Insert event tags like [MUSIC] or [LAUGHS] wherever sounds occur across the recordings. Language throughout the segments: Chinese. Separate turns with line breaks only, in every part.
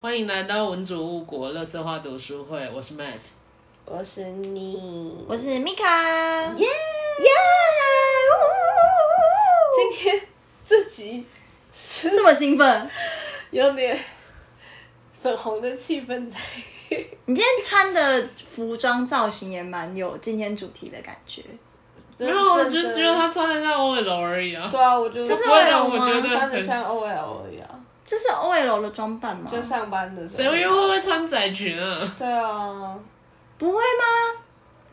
欢迎来到文主物国乐色话读书会，我是 Matt。
我是你，
我是 Mika，耶耶！呜
今天这集
呜呜这么兴奋，
有点粉红的气氛在，
你今天穿的服装造型也蛮有今天主题的感觉。
没有，我就觉得他穿得像 OL 而已啊。
对啊，我就
这是
不会让
OL
我
吗
觉得
穿的
很，
像 OL 而已啊，
这是 OL 的装扮吗？
就上班的时
谁
候。
会会不会穿窄裙啊？
对啊，
不会吗？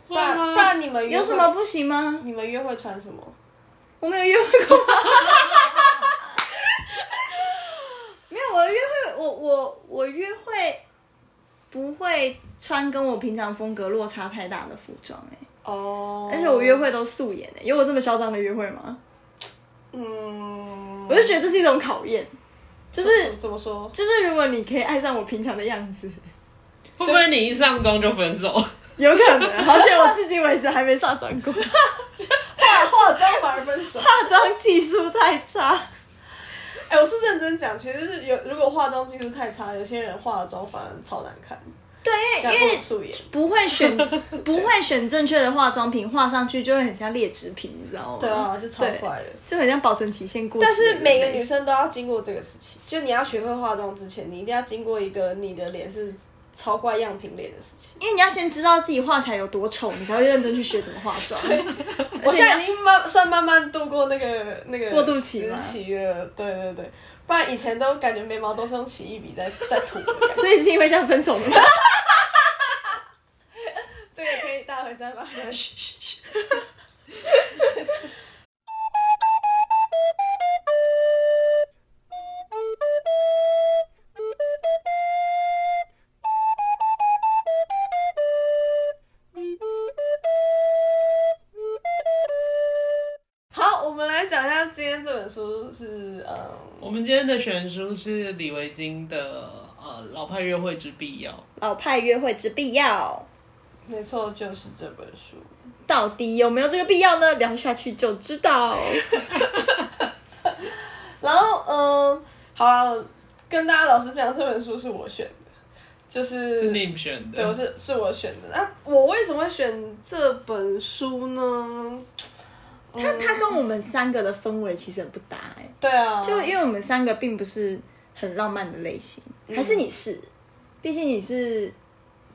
不
会
然不然
吗？
你们约
有
会
什么？不行吗？
你们约会穿什么？
我没有约会过。没有，我的约会，我我我约会不会穿跟我平常风格落差太大的服装哎、
哦，
而且我约，会都素颜哎、有我这么嚣张的约会吗？
嗯，
我就觉得这是一种考验，就是
怎么说？
就是如果你可以爱上我平常的样子，
会不会你一上妆就分手？
有可能，好险我至今为止还没上妆 [LAUGHS] 过，化
化化妆反而分手。
妆技术太差。
[LAUGHS] 哎、我是认真讲，其实是有如果化妆技术太差，有些人化了妆反而超难看，
对，因
干
为因
不如
为
素颜。
不会选不会选正确的化妆品，画上去就会很像劣质品，你知道吗？
对啊，就超
对
快的。
就很像保存期限过期
但
的人类。
是每个女生都要经过这个事情，就你要学会化妆之前，你一定要经过一个你的脸是超怪样品脸的事
[LAUGHS]
情。
因为你要先知道自己画起来有多丑，你才会认真去学怎么化妆。
我现在已经慢算慢慢度过那个那个
过渡期
时
吗
期了，对对对，不然以前都感觉眉毛都是用起一笔在在涂的感觉。
所以是因为这样分手的吗？ [LAUGHS]
这个可以带回家吧。好，我们来讲一下今天这本书是嗯，
我们今天的选书是李维京的呃《老派约会之必要》。
老派约会之必要，
没错，就是这本书。
到底有没有这个必要呢？聊下去就知道。
然后嗯，好了，跟大家老实讲，这本书是我选的，就是
是 Nim 选
对，我
的，
是是我选的。那、啊我为什么会选这本书呢？
它它跟我们三个的氛围其实很不搭哎、
对啊，
就因为我们三个并不是很浪漫的类型，还是你是？毕竟你是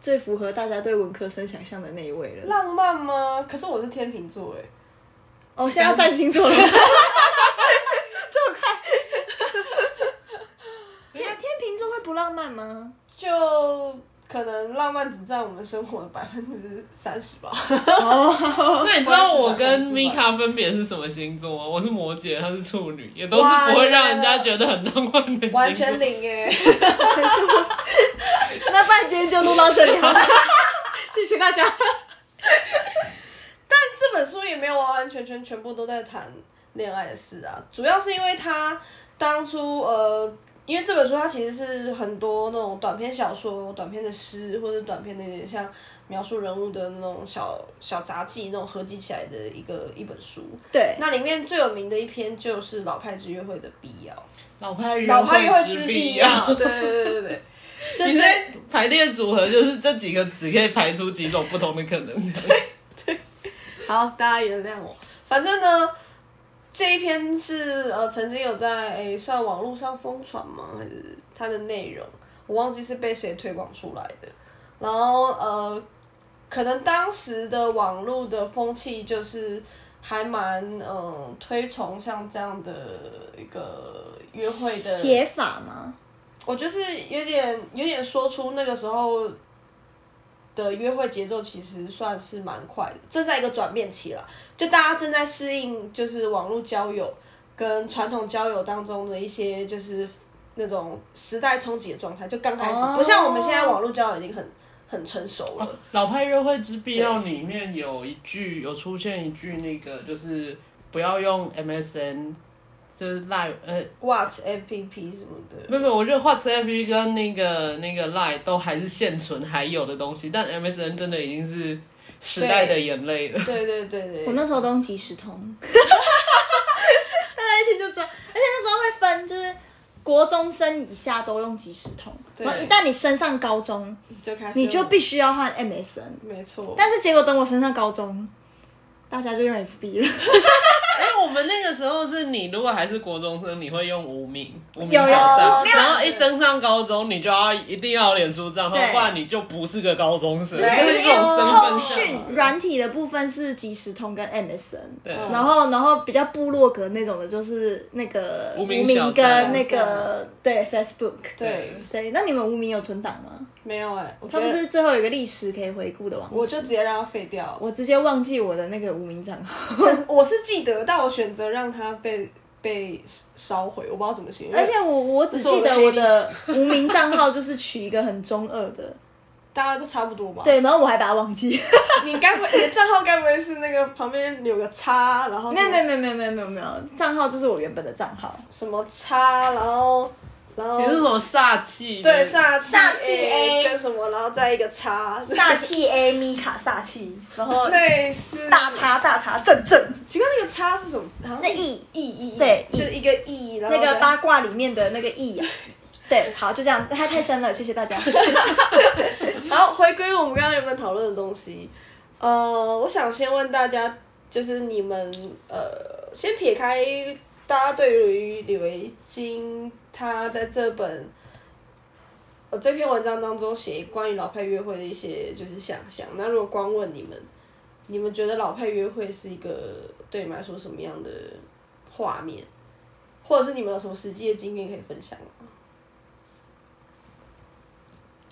最符合大家对文科生想象的那一位了。
浪漫吗？可是我是天秤座哎，
哦，现在要占星座了吗，这么快？天天秤座会不浪漫吗？
就可能浪漫只占我们生活的百分之三十吧。
哦那你知道我跟
我也是
Mika 分别是什么星座吗？我是摩羯，她是处女，也都是
哇
不会让人家觉得 [LAUGHS] 很浪漫的星座。
完全零哎，
那不然今天就录到这里 [LAUGHS] 好了，谢谢大家。
这本书也没有完完全全全部都在谈恋爱的事啊，主要是因为他当初呃，因为这本书它其实是很多那种短篇小说、短篇的诗或者短篇的有点像描述人物的那种小小杂记那种合集起来的一个一本书。
对，
那里面最有名的一篇就是《老派之约会的必要》，
老派约
老派约
会
会
之
之
必
必
要。
要，对对对对 [LAUGHS] 对，就
你
这
这排列组合就是这几个词可以排出几种不同的可能性。
好，大家原谅我。反正呢，这一篇是呃曾经有在诶、算网络上疯传吗？还是它的内容我忘记是被谁推广出来的。然后呃，可能当时的网络的风气就是还蛮嗯、呃推崇像这样的一个约会的
写法吗？
我就是有点有点说出那个时候的约会节奏其实算是蛮快的，正在一个转变期了，就大家正在适应就是网络交友跟传统交友当中的一些就是那种时代冲击的状态，就刚开始、
哦
不像我们现在网络交友已经很很成熟了。
老派约会之必要里面有一句有出现一句那个就是不要用 MSN，就是赖呃
What A P P 什么的，
没有没有，我觉得 WhatsApp 跟那个那个 Line 都还是现存还有的东西，但 MSN 真的已经是时代的眼泪了。
对对对对
我
对，
那时候都用即时通，大家一听就知道，而且那时候会分，就是国中生以下都用即时通，
对
然后一旦你升上高中，
就开始
你就
用
必须要换 MSN。
没错，
但是结果等我升上高中，大家就用 FB 了。
哎、我们那个时候是你如果还是国中生，你会用无名无名
有
小账，
有有
然后一升上高中，你就要一定要有脸书账号，
对
不然你就不是个高中生，
对
就是一哎种身份
通
上
讯软体的部分是即时通跟 MSN，
对
嗯
然后然后比较部落格那种的，就是那个
无
无
名
名
小站
跟那个对 Facebook，
对
对。那你们无名有存档吗？
没有哎、我
他
他
们是最后有一个历史可以回顾的网址，
我就直接让它废掉。我
我直接忘记我的那个无名账号。
我是记得，但我选择让它被被烧毁，我不知道怎么形容。
而且我我只记得我
这是
的无名账号就是取一个很中二的，
大家都差不多吧？，
对，然后我还把它忘记。
你该不会你的账号该不会是那个旁边有个叉，然后
[LAUGHS] 没
什
有
么
没有没有没有没有没有没有，账号就是我原本的账号。
什么叉，然后然后
你是什么煞气？
对煞气
煞气 A
跟什么，然后再一个叉，[LAUGHS]
煞气 A 米卡煞气，然后
类似
大。叉大叉正正，
奇怪，那个叉是什么？好像
那
是
E
意义，
对
就是一个意，然后
那个
八
八卦里面的那个 E 呀、对，好，就这样，它太深了，谢谢大家。 [LAUGHS]
[LAUGHS] 然后回归我们刚刚原本讨论的东西，呃，我想先问大家，就是你们呃，先撇开大家对于李维京他在这本呃这篇文章当中写关于老派约会的一些就是想象，那如果光问你们，你们觉得老派约会是一个对你们来说什么样的画面，或者是你们有什么实际的经验可以分享吗？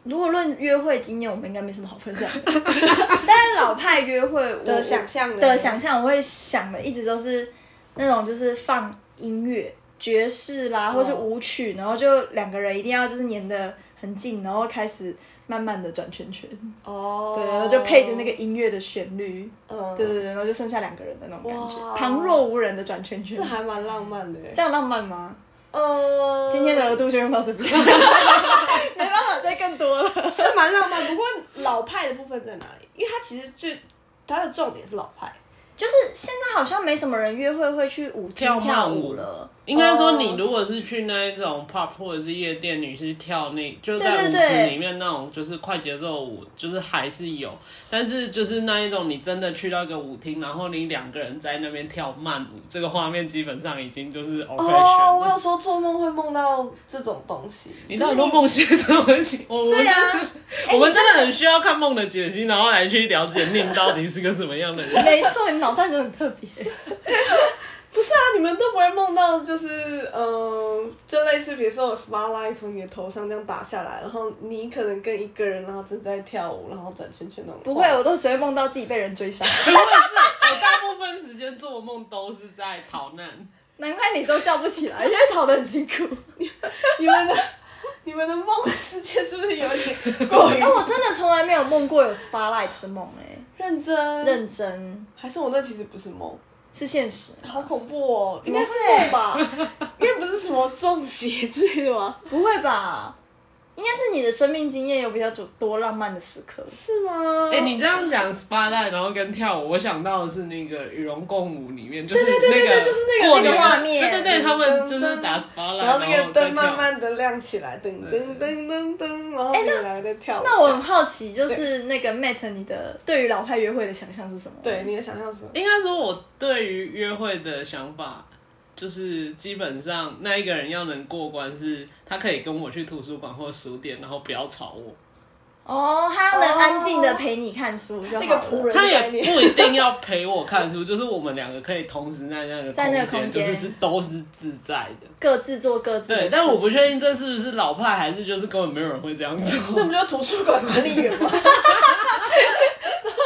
如果论约会经验，我们应该没什么好分享 [LAUGHS] 的。但是老派约会我
的想象呢
的想象，我会想的一直都是那种就是放音乐爵士啦，或是舞曲，然后就两个人一定要就是粘的很近，然后开始慢慢的转圈圈，
哦
对，然后就配着那个，音乐的旋律，
嗯，
对对对，然后就剩下两个人的那种感觉，
哇
旁若无人的转圈圈
这，还蛮浪漫的耶。
这样浪漫吗？
[LAUGHS] 呃，
今天的额度就用到这边，没办法再更多了。
是蛮浪漫，不过老派的部分在哪里？因为它其实最它的重点是老派，
[LAUGHS] 就是现在好像没什么人约会会去舞
跳
厅
慢
跳
舞
舞了，
应该说，
哦
你如果是去那一种 pop 或者是夜店，你是跳那就是在
对
舞
对对
池里面那种就是快节奏舞，就是还是有，但是就是那一种你真的去到一个舞厅，然后你两个人在那边跳慢舞，这个画面基本上已经就是 o f f i c i a
哦，我有时候做梦会梦到这种东西。
你到底都梦些什么情？ [LAUGHS] 我们
对啊，
我们真的很需要看梦的解析，然后来去了解宁到底是个什么样的人。
没错，你脑袋真的很特别。
不是啊，你们都不会梦到，就是嗯、就类似比如说有 spotlight 从你的头上这样打下来，然后你可能跟一个人，然后正在跳舞，然后转圈圈那种。
不会，我都只会梦到自己被人追 [LAUGHS] 杀。
我我大部分时间做梦都是在逃难。
难怪你都叫不起来，因为逃得很辛苦。
你们的你们的梦世界是不是有点过于
[LAUGHS] 哎、我真的从来没有梦过有 spotlight 的梦、
[LAUGHS] 认真？
哎，认真
还是我那其实不是梦。
是现实。
好恐怖哦！应
么
该是梦吧？ [LAUGHS] 应该不是什么中邪之类的吗？
不会吧？应该是你的生命经验有比较多浪漫的时刻。
是吗？
哎、你这样讲 spotlight，然后跟跳舞，我想到的是那个《与龙共舞》里面，就是
对对对
那个
对就是那个
过
那个
年
画
的
面
对对对，他们就
噔
是
噔
打 spotlight，
然后那个灯
再跳
慢慢的亮起来，噔噔噔噔噔，然后你们两个在跳舞。
那我很好奇，就是那个 Matt，你的对于老派约会的想象是什么？
对你的想象是什么？
应该说，我对于约会的想法就是，基本上那一个人要能过关是，他可以跟我去图书馆或书店，然后不要吵我。
哦，他能安静的陪你看书就好了，
是一个仆人
他也不一定要陪我看书，就是我们两个可以同时在那个
在那个
空
空
间，
间
就是是都是自在的。
各自做各自的事
对，
情。
但我不确定这是不是老派，还是就是根本没有人会这样做。
那不就图书馆管理员吗？
[LAUGHS]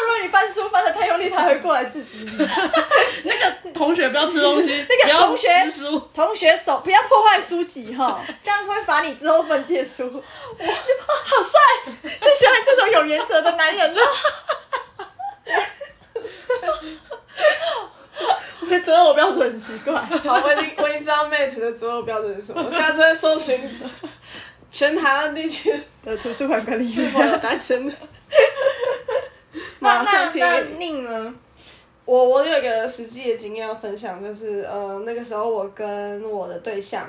如果你翻书翻的太用力，他会过来制止你。
同学不要吃东西，那
个同学
不要吃书。
同学手不要破坏书籍哈， [LAUGHS] 这样会罚你之后分借书。我就哦，好帅，最喜欢这种有原则的男人了。我的择偶标准很奇怪，
[LAUGHS] 好，我已经我已经知道 Mate 的择偶标准是什么，我下次会搜寻全台湾地区
的呃图书馆管理
是
员
否有单身 [LAUGHS] 的。
那
马上
[LAUGHS] 那
贴
那宁呢？
我我有一个实际的经验要分享，就是呃那个时候我跟我的对象，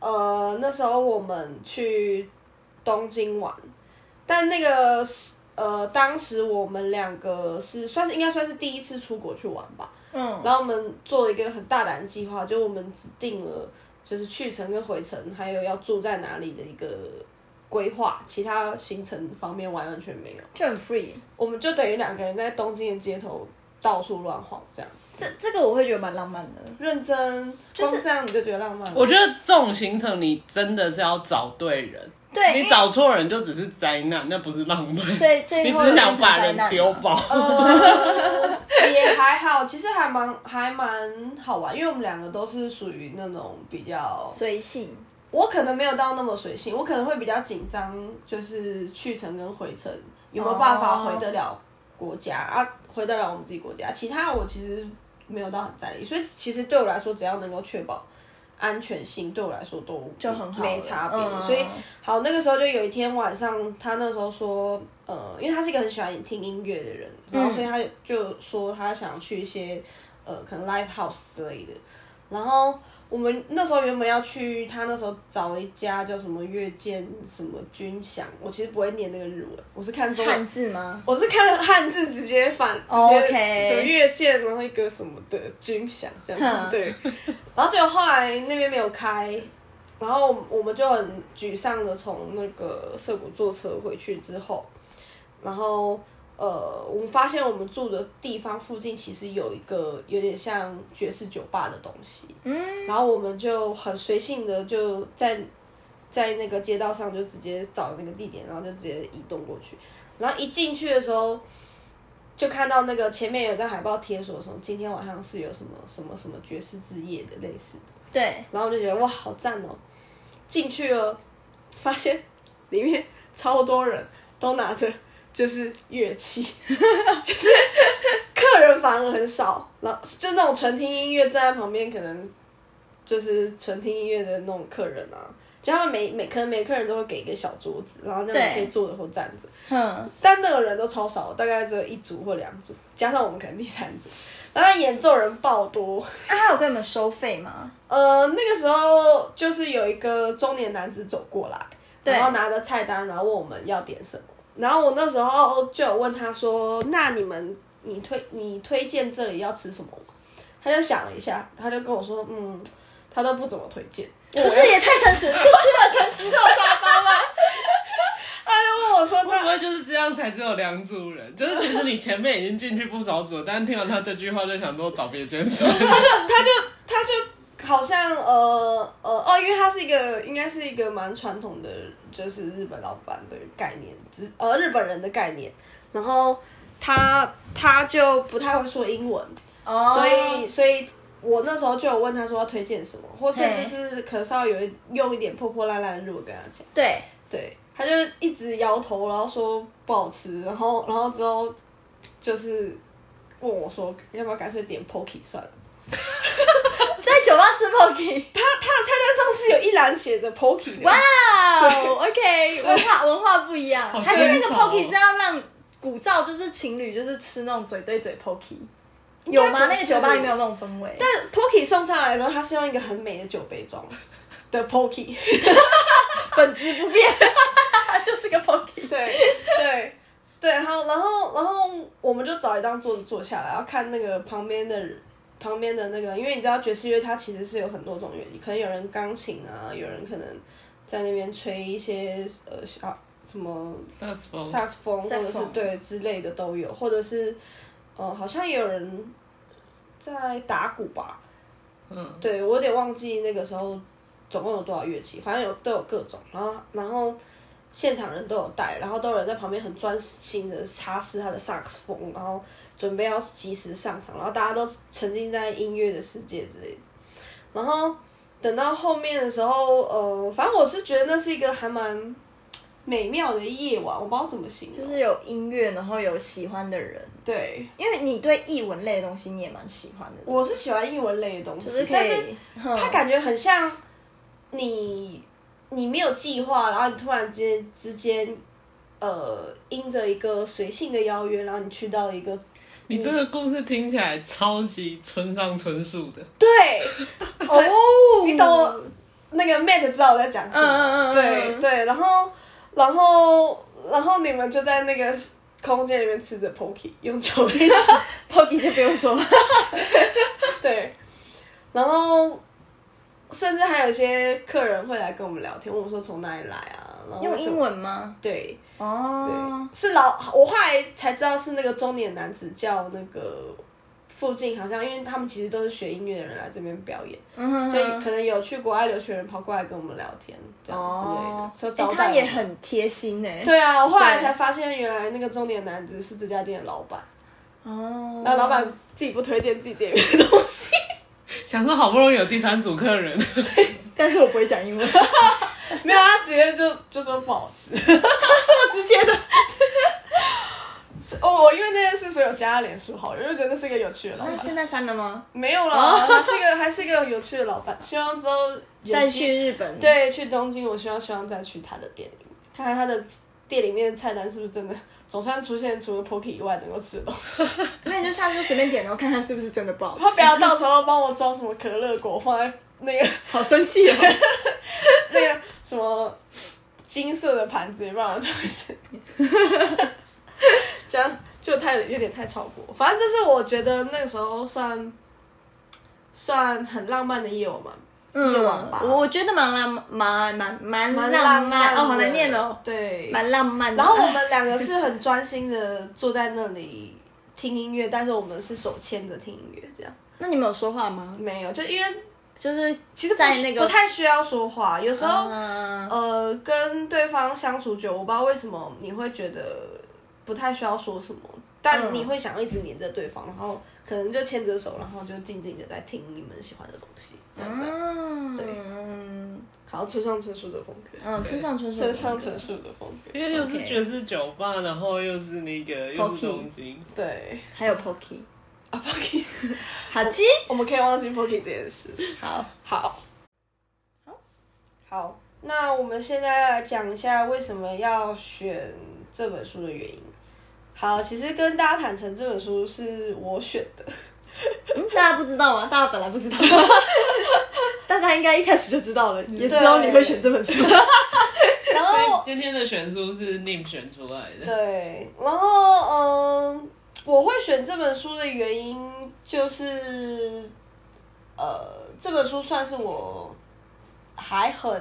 呃，那时候我们去东京玩，但那个是呃，当时我们两个是算是应该算是第一次出国去玩吧。
嗯，
然后我们做了一个很大胆的计划，就我们只定了就是去程跟回程，还有要住在哪里的一个规划，其他行程方面完完全没有。
就很 free。
我们就等于两个人在东京的街头到处乱晃，这样
这这个我会觉得蛮浪漫的。
认真，
嗯
就是这样你就觉得浪漫了。
我觉得这种行程你真的是要找对人，
对，因
你
为
找错人就只是灾难，那不是浪漫。
所以这
[LAUGHS]
一
你
波
只是想
变成
把
灾
人
难
丢
了
爆。
呃，也还好，其实还蛮还蛮好玩，因为我们两个都是属于那种比较，
随性，
我可能没有到那么随性，我可能会比较紧张，就是去程跟回程有没有办法回得了国家、啊，回得了我们自己国家，其他我其实没有到很在意，所以其实对我来说，只要能够确保。安全性对我来说都
就很好了
没差别，
嗯
所以好那个时候就有一天晚上，他那时候说，呃，因为他是一个很喜欢听音乐的人，然后所以他就说他想去一些呃可能 live house 之类的，然后我们那时候原本要去，他那时候找了一家叫什么乐见什么军饷，我其实不会念那个日文，我是看中文
汉字吗？
我是看汉字直接反，直
哦
接
OK
什么乐见，然后一个什么的军饷这样
哼
子，对。然后结果后来那边没有开，然后我们就很沮丧的从那个涩谷坐车回去之后，然后呃，我们发现我们住的地方附近其实有一个有点像爵士酒吧的东西，嗯，然后我们就很随性的就在在那个街道上就直接找那个地点，然后就直接移动过去。然后一进去的时候，就看到那个前面有一张海报贴说什么今天晚上是有什么什么什么爵士之夜的类似的，
对，
然后我就觉得哇好赞哦！进去了，发现里面超多人都拿着就是乐器， [LAUGHS] 就是客人反而很少，然后就那种纯听音乐站在旁边可能就是纯听音乐的那种客人啊。就他们每每可能每客人都会给一个小桌子，然后那
对
你可以坐着或站着，
哼，
但那个人都超少，大概只有一组或两组，加上我们可能第三组，然后演奏人爆多。
那啊他有跟你们收费吗？
呃，那个时候就是有一个中年男子走过来，
对
然后拿着菜单，然后问我们要点什么。然后我那时候就有问他说：“那你们，你推你推荐这里要吃什么吗？”他就想了一下，他就跟我说：“嗯，他都不怎么推荐。”
不是也太诚实，是吃了诚实豆沙包吗？
他就问我说：“
会
那
不会就是这样才只有两组人？就是其实你前面已经进去不少组了，但是听完他这句话就想说找别间宿。
他就好像呃呃哦，因为他是一个应该是一个蛮传统的，就是日本老板的概念，只呃日本人的概念。然后他他就不太会说英文，
哦
所以所以我那时候就有问他说要推荐什么，或甚至是可能稍微有一用一点破破烂烂的日文跟他讲，
对，
对，他就一直摇头，然后说不好吃，然后然后之后就是问我说要不要干脆点 Pocky 算了。
在酒吧吃 poke，
他他的菜单上是有一栏写着 Pocky 的，
哇哦，OK，文化文化不一样，
好
还是那个
真巧哦
poke 是要让古照就是情侣就是吃那种嘴对嘴 poke，有吗？
不
那
是
个酒吧里面有那种氛围，
但 Pocky 送上来的时候，他是用一个很美的酒杯装的 Pocky，
本质不变， [LAUGHS] 就是个 poke。
对对对，然后然后然后我们就找一张桌子坐下来，然后看那个旁边的人旁边的那个，因为你知道爵士乐它其实是有很多种乐器，可能有人钢琴啊，有人可能在那边吹一些呃小什么萨克斯风，或者是
Saxophone
对之类的都有，或者是呃，好像也有人在打鼓吧。
嗯，
对我有点忘记那个时候总共有多少乐器，反正有都有各种，然后然后现场人都有带，然后都有人在旁边很专心的擦拭他的萨克斯风，然后准备要及时上场，然后大家都沉浸在音乐的世界之类的。然后等到后面的时候，呃，反正我是觉得那是一个还蛮美妙的夜晚，我不知道怎么形
就
容。
是有音乐，然后有喜欢的人，
对，
因为你对译文类的东西你也蛮喜欢的，
我是喜欢英文类的东西，
就是可
但是
以，
它感觉很像你你没有计划，然后你突然之间之间，呃，因着一个随性的邀约，然后你去到一个
你这个故事听起来
[LAUGHS]
超级村上春树的，
对哦，你懂我那个 Mate 知道我在讲什么，
嗯嗯嗯嗯
对
嗯
对，然后然后然后你们就在那个空间里面吃着 Pocky，用
[LAUGHS]
酒杯茶，
Poggy 就不用说了，
对，然后甚至还有一些客人会来跟我们聊天，问我说从哪里来啊，然后
用
为什
英
么
文吗？
对对
哦，，
是老我后来才知道是那个中年男子叫那个。附近好像，因为他们其实都是学音乐的人来这边表演，
嗯哼哼，
所以可能有去国外留学的人跑过来跟我们聊天，这样之类的
哦，，
说
哎
招待
他
我
也
们
很贴心呢。
对啊，我后来
对
才发现，原来那个中年男子是这家店的老板，
哦，
然后老板自己不推荐自己店里的东西，
想说好不容易有第三组客人，
但是我不会
[LAUGHS]
讲英文，
没有，他直接就 [LAUGHS] 就说不好吃，
这么直
[LAUGHS]
接的，
哦，我因为那件事，所以我加他脸书好友，因为觉得那是一个有趣的老
那
板。
哦现在删了吗？
没有啦，还是一个还是一个有趣的老板，希望之后有
再
机
去日本，，
对去东京，我希望希望再去他的店里面，看看他的店里面的菜单是不是真的总算出现除了 Pocky 以外能够吃的东西。
那你就下次就随便点，然后看看是不是真的
[LAUGHS]
不好
他
吃
不。要到时候帮我装什么可乐果放在那个。
好生气哦！
[LAUGHS]
[LAUGHS]
那个什么金色的盘子，也不让我尝试。 [LAUGHS] 这样就太有点太超过，反正这是我觉得那个时候算算很浪漫的夜晚嘛，夜晚吧
嗯我我觉得蛮浪蛮蛮蛮
蛮
浪漫
漫
哦，好
的
难念哦，，
对。
蛮浪漫的。
然后我们两个是很专心的坐在那里听音乐，但是我们是手牵着听音乐，这样
那你们有说话吗？
没有，就因为
就是
其实不
嗯在那个
不太需要说话，有时候
嗯
呃，跟对方相处久，我不知道为什么你会觉得不太需要说什么，但
嗯
你会想要一直黏着对方，然后可能就牵着手，然后就静静的在听你们喜欢的东西，这样子。
嗯
对
嗯
好，村上春树的风格，
嗯，村上春树，
村上春树的风格，
因为又是
OK
爵士酒吧，然后又是那个又是
Pocky
东京，
对。
还有 Pocky，
啊 p o c k y
好鸡，
我们可以忘记 p o c k y 这件事。
好，
好，好，那我们现在来讲一下为什么要选这本书的原因。好，其实跟大家坦诚，这本书是我选的。
嗯， [LAUGHS] 大家不知道吗？大家本来不 [LAUGHS] 知道，大家应该一开始就知道了，也
对
知道你会选这本书。
然
所以
后
今天的选书是 Nim 选出来的。
对，然后嗯，我会选这本书的原因就是，呃，这本书算是我还很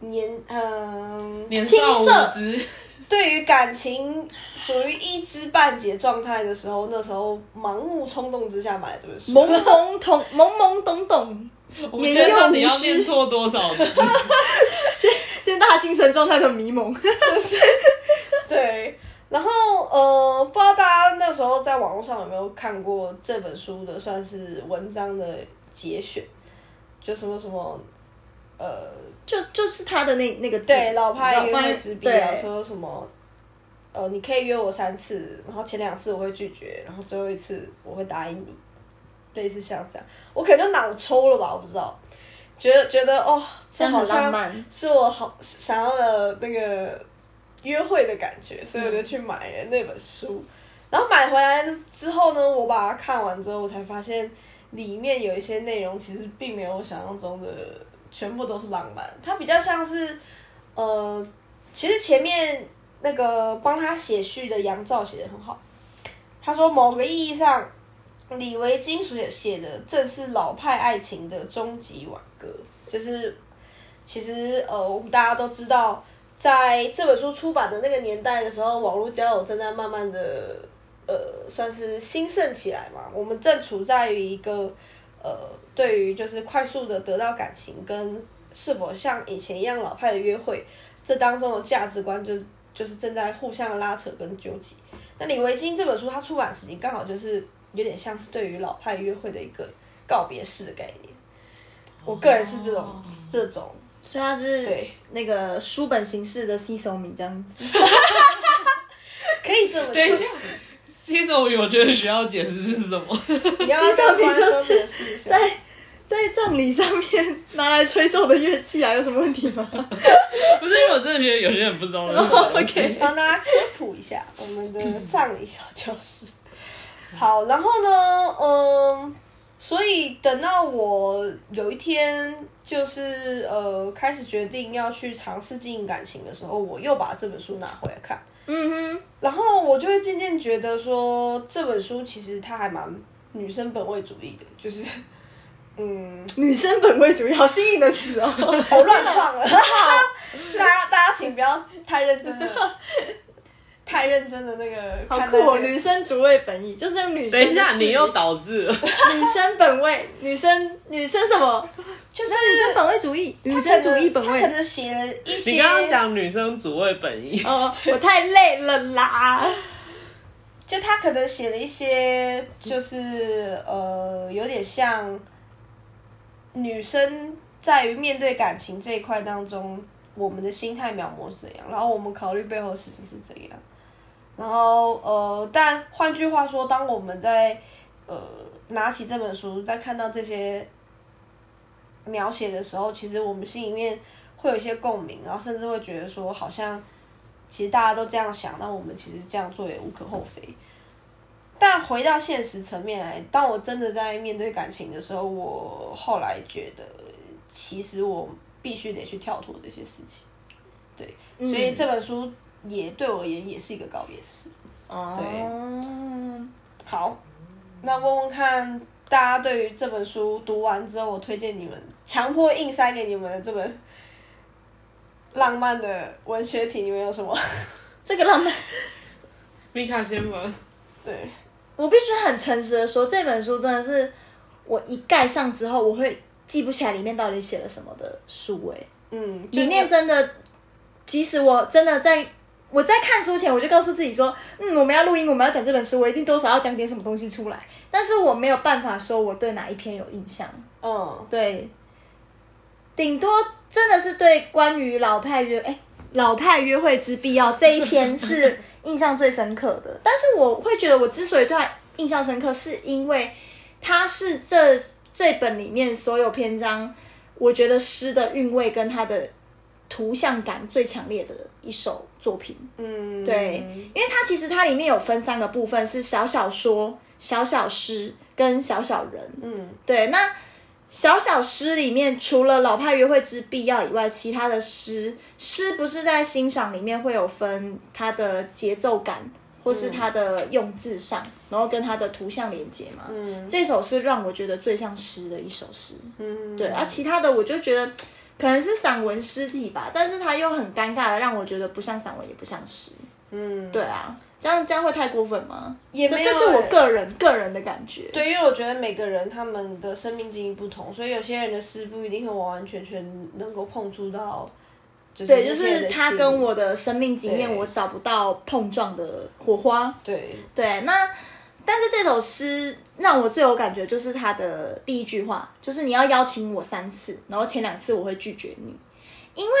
年嗯、
年
青
少无
涩，
知，
对于感情属于一知半解状态的时候，那时候盲目冲动之下买的这本书。
[LAUGHS] 懵懵懂懵懵懂懂，
我觉得到底要
年幼无知
念错多少字？ [LAUGHS]
现在大家精神状态都很迷蒙。
对，然后呃，不知道大家那时候在网络上有没有看过这本书的，算是文章的节选，就什么什么，呃，
就就是他的那那个字
对，老派约
派
会之笔啊，
对
说什么。呃，你可以约我三次，然后前两次我会拒绝，然后最后一次我会答应你，类似像这样，我可能就脑抽了吧，我不知道，觉得觉得哦，这
真的
好
很浪
像
漫。
是我好想要的那个约会的感觉，所以我就去买了那本书。然后买回来之后呢，我把它看完之后，我才发现里面有一些内容其实并没有我想象中的全部都是浪漫，它比较像是呃，其实前面那个帮他写序的杨照写的很好，他说某个意义上。李维京所写的正是老派爱情的终极挽歌，就是其实呃，我们大家都知道，在这本书出版的那个年代的时候，网络交友正在慢慢的呃，算是兴盛起来嘛。我们正处在于一个呃，对于就是快速的得到感情跟是否像以前一样老派的约会，这当中的价值观就是就是正在互相拉扯跟纠结。那李维京这本书它出版时期刚好就是有点像是对于老派约会的一个告别式的概念。我个人是这种、这种
所以他就是
对，
那个书本形式的西索米这样子。
可以这么
对
解释。
其实我我觉得需要解释是什么。
你要不要
上
跟
面
观
就
众
是
解释一下？
在在葬礼上面拿来吹奏的乐器啊，有什么问题吗？
不是因为我真的觉得有些人不知道那是什么东西。
OK
帮大家科普一下我们的葬礼小教室。好，然后呢，嗯，所以等到我有一天就是呃开始决定要去尝试经营感情的时候，我又把这本书拿回来看，
嗯哼，
然后我就会渐渐觉得说这本书其实它还蛮女生本位主义的，就是嗯，
女生本位主义，好新颖的词哦。 [LAUGHS]
我乱创了， [LAUGHS] 大家大家请不要太认真的，太认真的那个
好
看
酷
待
哦！
这个
女生主位本意就是女生
等一
的视野。
下，你又导致了
女生本位，女生女生什么？
就是
那女生本位主义，女生主义本
他可
位。
能写了一些，
你刚刚讲女生主位本意，
哦，我太累了啦。
就他可能写了一些，就是呃，有点像女生在于面对感情这一块当中，我们的心态描摹是怎样，然后我们考虑背后的事情是怎样，然后呃，但换句话说，当我们在呃拿起这本书，在看到这些呃描写的时候，其实我们心里面会有一些共鸣，然后甚至会觉得说，好像其实大家都这样想，那我们其实这样做也无可厚非。但回到现实层面来，当我真的在面对感情的时候，我后来觉得，其实我必须得去跳脱这些事情。对，
嗯
所以这本书也对我而言也是一个告别式。
哦，
好，那问问看大家对于这本书读完之后，我推荐你们强迫硬塞给你们的这本浪漫的文学体，你们有什么？ [LAUGHS]
这个浪漫，
米卡先吧。
对，
我必须很诚实的说，这本书真的是我一盖上之后，我会记不起来里面到底写了什么的书哎、
嗯，就
里面真的，即使我真的在我在看书前，我就告诉自己说，嗯，我们要录音，我们要讲这本书，我一定多少要讲点什么东西出来。但是我没有办法说我对哪一篇有印象，
嗯，
对，顶多真的是对关于老派约哎、老派约会之必要这一篇是印象最深刻的。但是我会觉得我之所以对它印象深刻，是因为它是这这本里面所有篇章，我觉得诗的韵味跟它的图像感最强烈的一首作品。
嗯，
对，因为它其实它里面有分三个部分，是小小说、小小诗跟小小人。
嗯
对，那小小诗里面除了老派约会之必要以外，其他的诗诗不是在欣赏里面会有分它的节奏感，或
嗯
是它的用字上，然后跟它的图像连接嘛。
嗯
这首是让我觉得最像诗的一首诗。
嗯，
对，啊，其他的我就觉得可能是散文诗体吧，但是它又很尴尬的让我觉得不像散文也不像诗。
嗯，
对啊，这样这样会太过分吗？
也
这
没有
这是我
欸
个人个人的感觉。
对，因为我觉得每个人他们的生命经历不同，所以有些人的诗不一定会完完全全能够碰触到，就是
对，就
那些人
是
的
他
心
跟我的生命经验，
对
我找不到碰撞的火花。
对，
对，那但是这首诗让我最有感觉就是它的第一句话，就是你要邀请我三次，然后前两次我会拒绝你，因为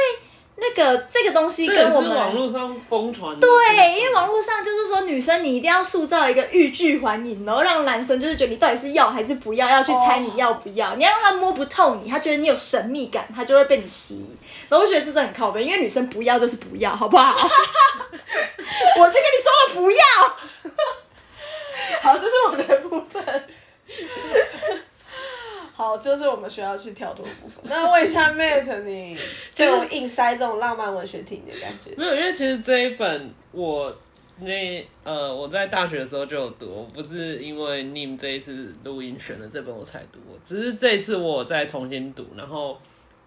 那个这个东西
这也
跟
是
我们
网络上疯传的。
对，因为网络上就是说，女生你一定要塑造一个欲拒还迎，然后让男生就是觉得你到底是要还是不要，要去猜你要不要，你要让他摸不透你，他觉得你有神秘感，他就会被你吸引。然后我觉得这真的很靠背，因为女生不要就是不要，好
[LAUGHS]
不好？我就跟你说了不要。好，这是我们的部分。
好，这是我们需要去跳脱的部分。那问一下 Mate，你 [LAUGHS] 对我硬塞这种浪漫文学体你的感觉？
没有，因为其实这一本我那呃我在大学的时候就有读，我不是因为 Nim 这一次录音选了这本我才读，只是这一次我有再重新读，然后。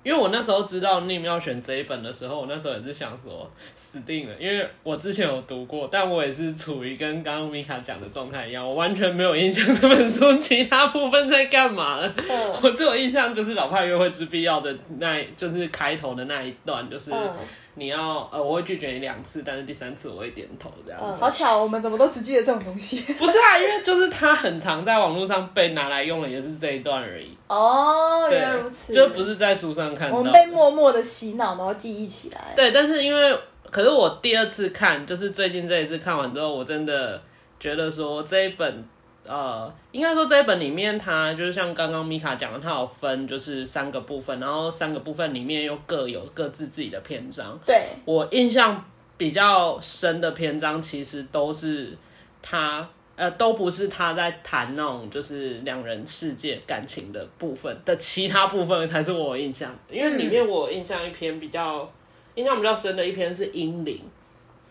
因为我那时候知道 Nim 要选这一本的时候，我那时候也是想说死定了，因为我之前有读过，但我也是处于跟刚刚米卡讲的状态一样，我完全没有印象这本书其他部分在干嘛了。
嗯
我最有印象就是《老派约会之必要》的那一，就是开头的那一段，就是
嗯，
你要呃，我会拒绝你两次，但是第三次我会点头这样子。
好巧，我们怎么都只记得这种东西
不是啊，因为就是他很常在网络上被拿来用的，也是这一段而已。
哦，
对
原来如此，
就不是在书上看
我
到
们
的。
被默默的洗脑，然后记忆起来。
对，但是因为可是我第二次看，就是最近这一次看完之后，我真的觉得说这一本。呃，应该说这一本里面，它就是像刚刚米卡讲的，它有分就是三个部分，然后三个部分里面又各有各自自己的篇章。
对，
我印象比较深的篇章，其实都是他，哎、呃，都不是他在谈那种就是两人世界感情的部分的其他部分才是我印象，因为里面我印象一篇比较印象比较深的一篇是英灵，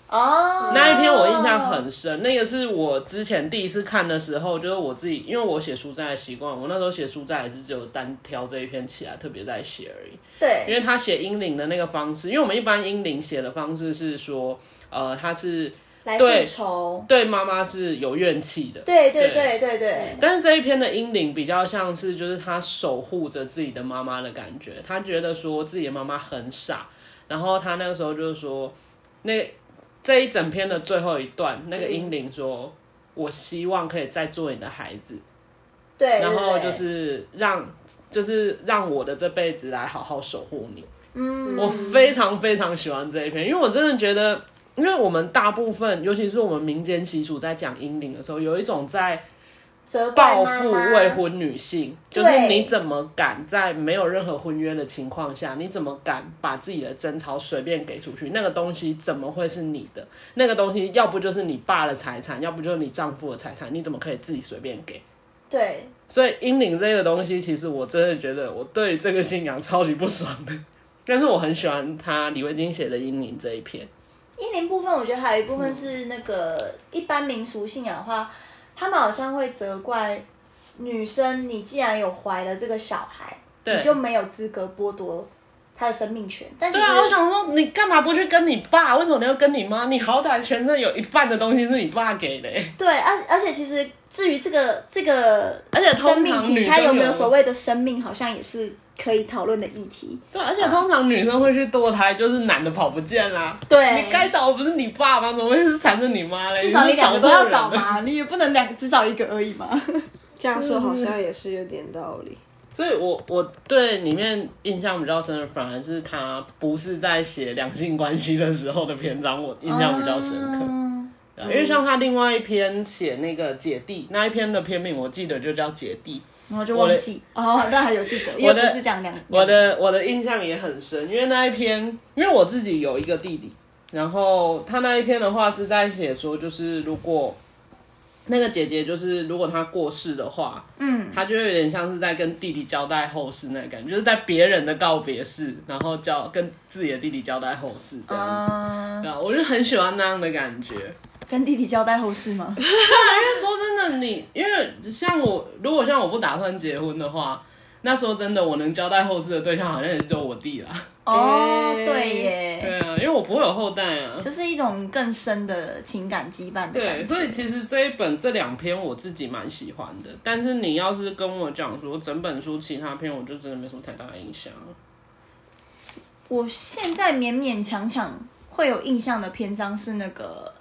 哦，
那一篇我印象很深，那个是我之前第一次看的时候，就是我自己，因为我写书斋的习惯，我那时候写书斋也是只有单挑这一篇起来特别在写而已。因
对，
为他写英灵的那个方式，因为我们一般英灵写的方式是说，呃，他是
来复
对
仇，
对妈妈是有怨气的，
对对
对
对对对，
但是这一篇的英灵比较像是就是他守护着自己的妈妈的感觉，他觉得说自己的妈妈很傻，然后他那个时候就是说，那这一整篇的最后一段，那个
嗯
英灵说。我希望可以再做你的孩子，
对，
然后
对
就是让，就是让我的这辈子来好好守护你。
嗯，
我非常非常喜欢这一篇，因为我真的觉得，因为我们大部分，尤其是我们民间习俗在讲阴灵的时候，有一种在
责怪
报
妈
复
妈
未婚女性，就
对
是你怎么敢在没有任何婚约的情况下，你怎么敢把自己的贞操随便给出去？那个东西怎么会是你的？那个东西要不就是你爸的财产，要不就是你丈夫的财产，你怎么可以自己随便给？
对，
所以阴灵这个东西，其实我真的觉得我对这个信仰超级不爽的。 [LAUGHS] 但是我很喜欢他李慧晶写的《阴灵》这一篇，
阴灵部分，我觉得还有一部分是那个一般民俗信仰的话，他们好像会责怪女生，你既然有怀了这个小孩，你就没有资格剥夺他的生命权。但其
对
实
啊，我想说你干嘛不去跟你爸？为什么你要跟你妈？你好歹全身有一半的东西是你爸给的、欸。
对，而而且其实至于这个这个，
而且
生
通
命
常
体
女
它
生
有没有
有
所谓的生命，好像也是可以讨论的议题。
对，啊而且通常女生会去堕胎，就是男的跑不见啦。
对，
你该找的不是你爸吗？怎么会是缠着你妈嘞？
至少
你
你
是
两
找
个都要
错人
找
了
嘛，你也不能两只找一个而已嘛。
这样说好像也是有点道理。
所以我我对里面印象比较深的，反而是他不是在写两性关系的时候的篇章，我印象比较深刻。
嗯
对因为像他另外一篇写那个姐弟那一篇的篇名，我记得就叫姐弟。
然后就
我的
忘记哦，但还有记得，因
我
为
的
不是讲两，
我的我的印象也很深，因为那一篇，因为我自己有一个弟弟，然后他那一篇的话是在写说，就是如果那个姐姐就是如果她过世的话，
嗯，
他就有点像是在跟弟弟交代后事那感觉，就是在别人的告别式，然后交跟自己的弟弟交代后事这样子。
嗯，
对啊，我就很喜欢那样的感觉。因
跟弟弟交代后
[LAUGHS]
事吗？
为说真的你，因为像我，如果像我不打算结婚的话，那说真的，我能交代后事的对象好像也就我弟啦。
哦，
诶
对耶，
对啊，因为我不会有后代啊。
就是一种更深的情感羁绊的
对，
感
所以
觉。
其实这一本这两篇我自己蛮喜欢的，但是你要是跟我讲说整本书其他篇，我就真的没什么太大的印象了。
我现在勉勉强强会有印象的篇章是那个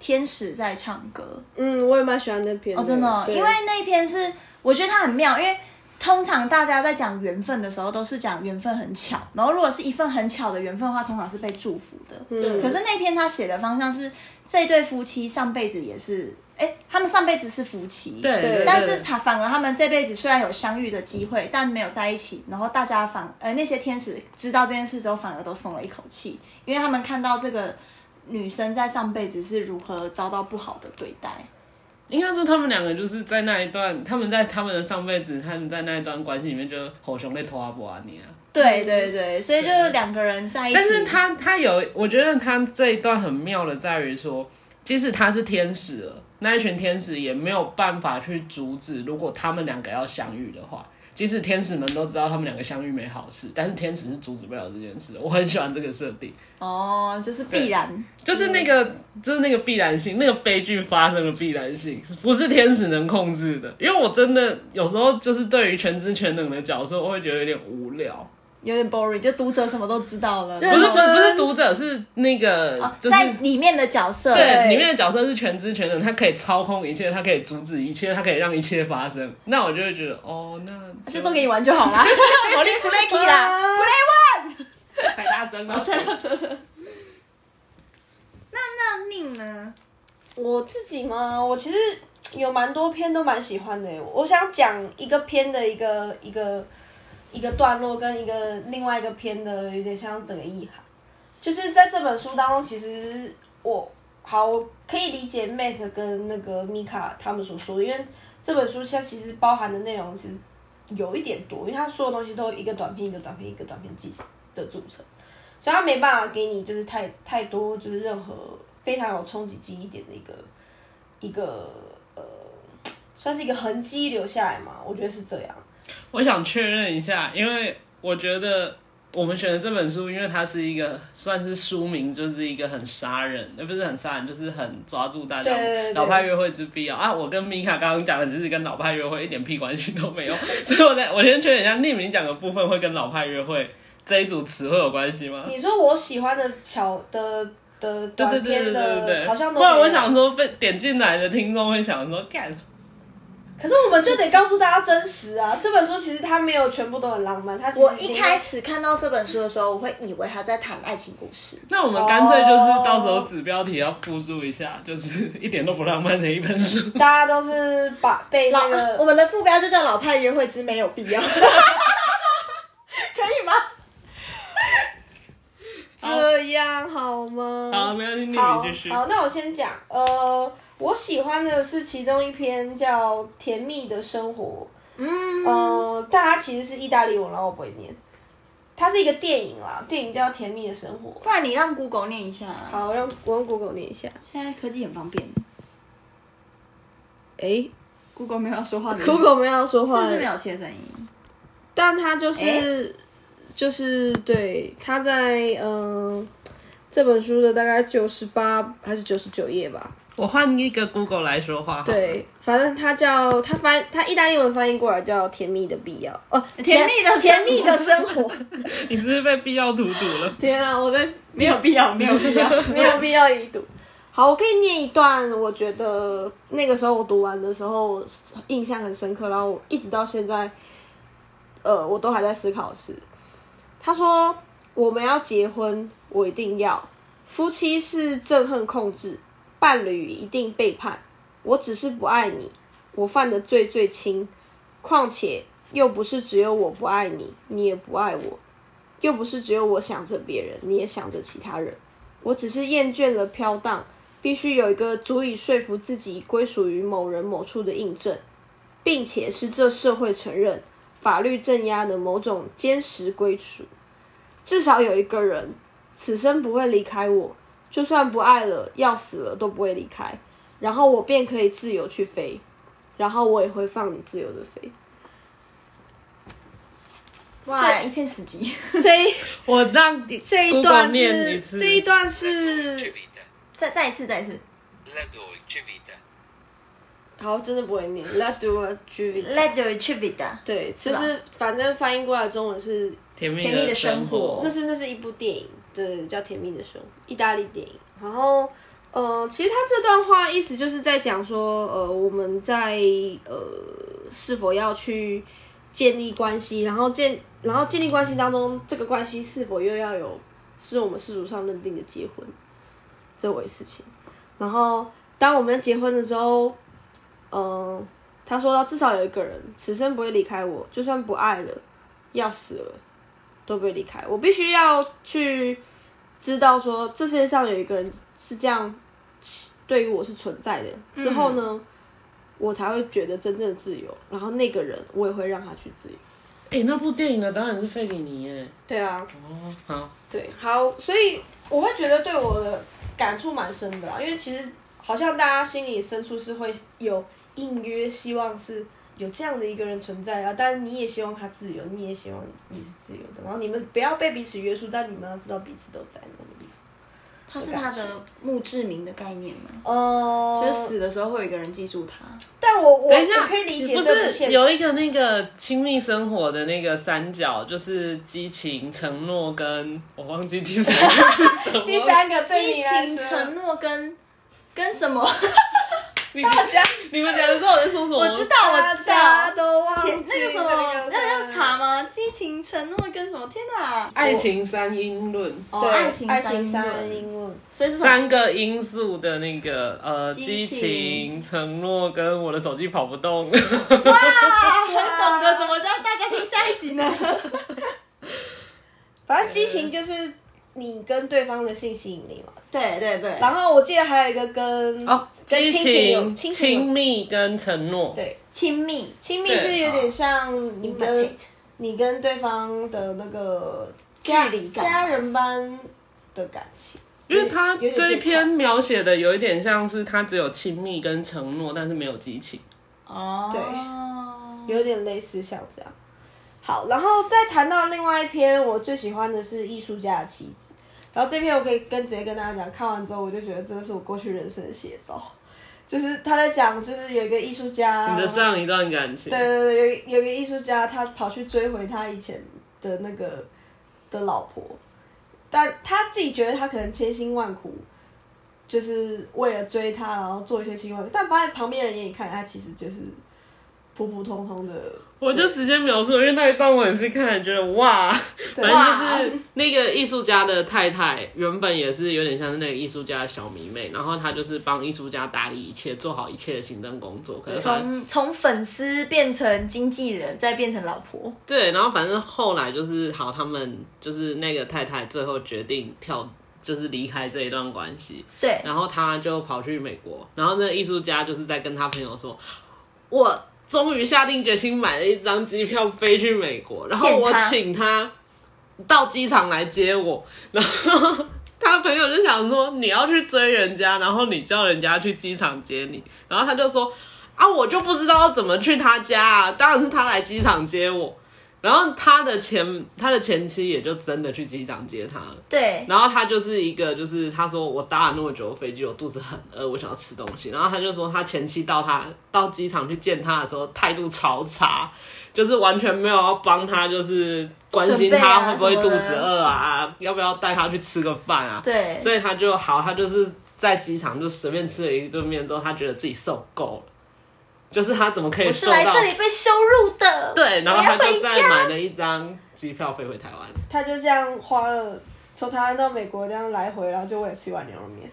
天使在唱歌
嗯，我也蛮喜欢那篇
哦，真的哦，
对
因为那一篇是我觉得它很妙，因为。通常大家在讲缘分的时候，都是讲缘分很巧。然后，如果是一份很巧的缘分的话，通常是被祝福的。
嗯
可是那篇他写的方向是，这对夫妻上辈子也是，哎、他们上辈子是夫妻，
对
对
但是他反而他们这辈子虽然有相遇的机会，但没有在一起。然后大家反呃那些天使知道这件事之后，反而都松了一口气，因为他们看到这个女生在上辈子是如何遭到不好的对待。
应该说他们两个就是在那一段，他们在他们的上辈子，他们在那一段关系里面就吼熊在拖阿伯阿尼啊。
对对对，所以就两个人在一起，
但是他他有，我觉得他这一段很妙的在于说，即使他是天使了，那一群天使也没有办法去阻止，如果他们两个要相遇的话。即使天使们都知道他们两个相遇没好事，但是天使是阻止不了这件事的。我很喜欢这个设定，
哦，就是必然。
就是那个，就是那个必然性，那个悲剧发生的必然性，不是天使能控制的。因为我真的有时候就是对于全知全能的角色，我会觉得有点无聊。
有点 boring，就读者什么都知道了，不
不是不是不是读者，是那个、就是
哦在里面的角色，
对里面的角色是全知全能，他可以操控一切，他可以阻止一切，他可以让一切发生。那我就会觉得，哦，那
啊就都给你玩就好 [LAUGHS] 啦。我力 play
啊
啦，play one。
太大声了，太大声了。
那宁呢？
我自己嘛，我其实有蛮多篇都蛮喜欢的。我想讲一个篇的一个一个一个段落，跟一个另外一个篇的有点像整个意涵。就是在这本书当中，其实我好，我可以理解 Matt 跟那个 Mika 他们所说的，因为这本书现在其实包含的内容其实有一点多，因为它所有东西都一个短篇、一个短篇、一个短篇记的组成，所以它没办法给你就是太太多就是任何非常有冲击记忆点的一个一个呃，算是一个痕迹留下来嘛，我觉得是这样。
[LAUGHS] 我想确认一下，因为我觉得我们选的这本书，因为它是一个算是书名，就是一个很杀人，呃，不是很杀人，就是很抓住大家
对对对
老派约会之必要啊。我跟米卡刚刚讲的，只是跟老派约会一点屁关系都没有，所以我在我先确认一下，匿名讲的部分会跟老派约会这一组词汇有关系吗？
你说我喜欢的巧的
对对
的短
对
篇
对对
的
对，，
好像都
不然
没有
我想说被点进来的听众会想说，干
可是我们就得告诉大家真实啊！这本书其实它没有全部都很浪漫，它其实
我一开始看到这本书的时候，我会以为他在谈爱情故事。
那我们干脆就是到时候子标题要附注一下，就是一点都不浪漫的一本 [LAUGHS] 书。
大家都是把被
老
那，个
我们的副标就叫“老派约会之没有 [LAUGHS] 必要”，可以吗？这样好吗？
好，没关系，你
好
继续。
好，那我先讲。呃，我喜欢的是其中一篇叫《甜蜜的生活》，
嗯，
呃，但它其实是意大利文，然后我不会念。它是一个电影啦，电影叫《甜蜜的生活》。
不然你让 Google 念一下啊。
好，让我用 Google 念一下。
现在科技很方便
诶
，Google 没有要说话的意思
g o o g l e 没有说
是
话
不
了，
是没有切声音？
但他就是、
诶
就是对他在嗯、呃这本书的大概九十八还是九十九页吧，
我换一个 Google 来说话。，
对，反正他叫他翻他意大利文翻译过来叫“甜蜜的必要”哦，
甜蜜的
甜蜜的生活。？
你是不是被必要荼毒了
天啊，我在
没有必要，没有必要。
没有必要已读。好，我可以念一段，我觉得那个时候我读完的时候印象很深刻，然后我一直到现在，呃，我都还在思考的是，他说我们要结婚，我一定要，夫妻是憎恨控制，伴侣一定背叛，我只是不爱你，我犯的罪最轻，况且又不是只有我不爱你，你也不爱我，又不是只有我想着别人，你也想着其他人。我只是厌倦了飘荡，必须有一个足以说服自己归属于某人某处的印证，并且是这社会承认、法律镇压的某种坚实归属。至少有一个人此生不会离开我，就算不爱了、要死了都不会离开，然后我便可以自由去飞，然后我也会放你自由的飞。
[LAUGHS]
[LAUGHS]
哇，一片死寂。
这一
[LAUGHS] 我让你
这一
Google
段
念一
是
次。
这一段是
vita,
再再一次，再一次。
la dolce vita.
好，真的不会念。Let do a j u v i
Let your t r i b u t
对，就是是反正翻译过来中文是，
甜蜜
甜蜜的
生
生活
那是那是一部电影，对，叫《甜蜜的生活》，意大利电影。然后，呃，其实他这段话意思就是在讲说，呃，我们在呃是否要去建立关系，然后建然后建立关系当中，这个关系是否又要有是我们世俗上认定的结婚这回事情。然后，当我们结婚的时候，嗯、他说到至少有一个人此生不会离开我，就算不爱了，要死了都不会离开我。必须要去知道说，这世界上有一个人是这样对于我是存在的。之后呢，我才会觉得真正的自由。然后那个人，我也会让他去自由。
哎、那部电影的当然是费里尼耶。
对啊，
哦，好，
对，好，所以我会觉得对我的感触蛮深的啦，啊因为其实好像大家心里深处是会有隐约希望是有这样的一个人存在啊，但是你也希望他自由，你也希望你是自由的，然后你们不要被彼此约束，但你们要知道彼此都在那个地方。
它是它的墓志铭的概念嘛？
哦
就是，死的时候会有一个人记住他。
但我我
等一下，
我可以理解
不
这个
是
现实
有一个那个亲密生活的那个三角，就是激情、承诺跟我忘记第三个是什么。
第三个对
激
你来
情、
说
承诺跟跟什么？
你
大家
你们讲的时候我在说什么？
我知。道，我知
大家
道。
都忘记
[LAUGHS] 天那个什么，那个叫啥吗？激情、承诺跟什么？天哪！
爱情三因论，
哦，
对，
爱
爱
情
情
三
三
论，
英文。
所以是什么？
三个因素的那个呃，激
激情
情、承诺跟我的手机跑不动。
啊，很懂得怎么叫大家听下一集呢？
反正激情就是你跟对方的性吸引力嘛。
[LAUGHS] 对对对，
然后我记得还有一个
[LAUGHS]
跟
哦，
跟
激
亲情有
情、
亲情
亲
有
密跟承诺，
对
亲密
亲密是有点像你跟
Intimate
你跟对方的那个
距
家
离感
家人般的感情。
因为他
有点
这一
健
篇
康
描写的有一点像是他只有亲密跟承诺，但是没有激情。
哦，
有点类似像这样。好，然后再谈到另外一篇，我最喜欢的是《艺术家的妻子》，然后这篇我可以跟直接跟大家讲，看完之后我就觉得这是我过去人生的写照，就是他在讲，就是有一个艺术家，
你的上一段感情，
啊对对对，有有一个艺术家，他跑去追回他以前的那个的老婆，但他自己觉得他可能千辛万苦，就是为了追她，然后做一些千辛万苦，但发现旁边人眼里看他其实就是普普通通的。
我就直接描述，因为那一段我也是看了觉得哇，
对
反正就是那个艺术家的太太，原本也是有点像是那个艺术家的小迷妹，然后她就是帮艺术家打理一切，做好一切的行政工作。可是她
从从粉丝变成经纪人，再变成老婆，
对，然后反正后来就是好，他们就是那个太太最后决定跳，就是离开这一段关系，
对
然后她就跑去美国，然后那个艺术家就是在跟他朋友说，我终于下定决心买了一张机票飞去美国，然后
见
我
他
请他到机场来接我，然后他朋友就想说你要去追人家，然后你叫人家去机场接你，然后他就说啊，我就不知道要怎么去他家啊，当然是他来机场接我。然后他的前他的前妻也就真的去机场接他了。
对，
然后他就是一个，就是他说我搭了那么久的飞机，我肚子很饿，我想要吃东西。然后他就说他前妻到他到机场去见他的时候，态度超差，就是完全没有要帮他，就是关心
准备
他
啊
会不会
什么
肚
的
子饿啊，要不要带他去吃个饭啊。
[LAUGHS] 对
所以他就好，他就是在机场就随便吃了一顿面之后，他觉得自己受够了，就是他怎么可以
我是
受到
来这里被羞辱的，
对，然后
我
他
要
就
回
再买
家，
了一张机票飞回台湾。
他就这样花了从台湾到美国这样来回，然后就为了吃一碗牛肉面。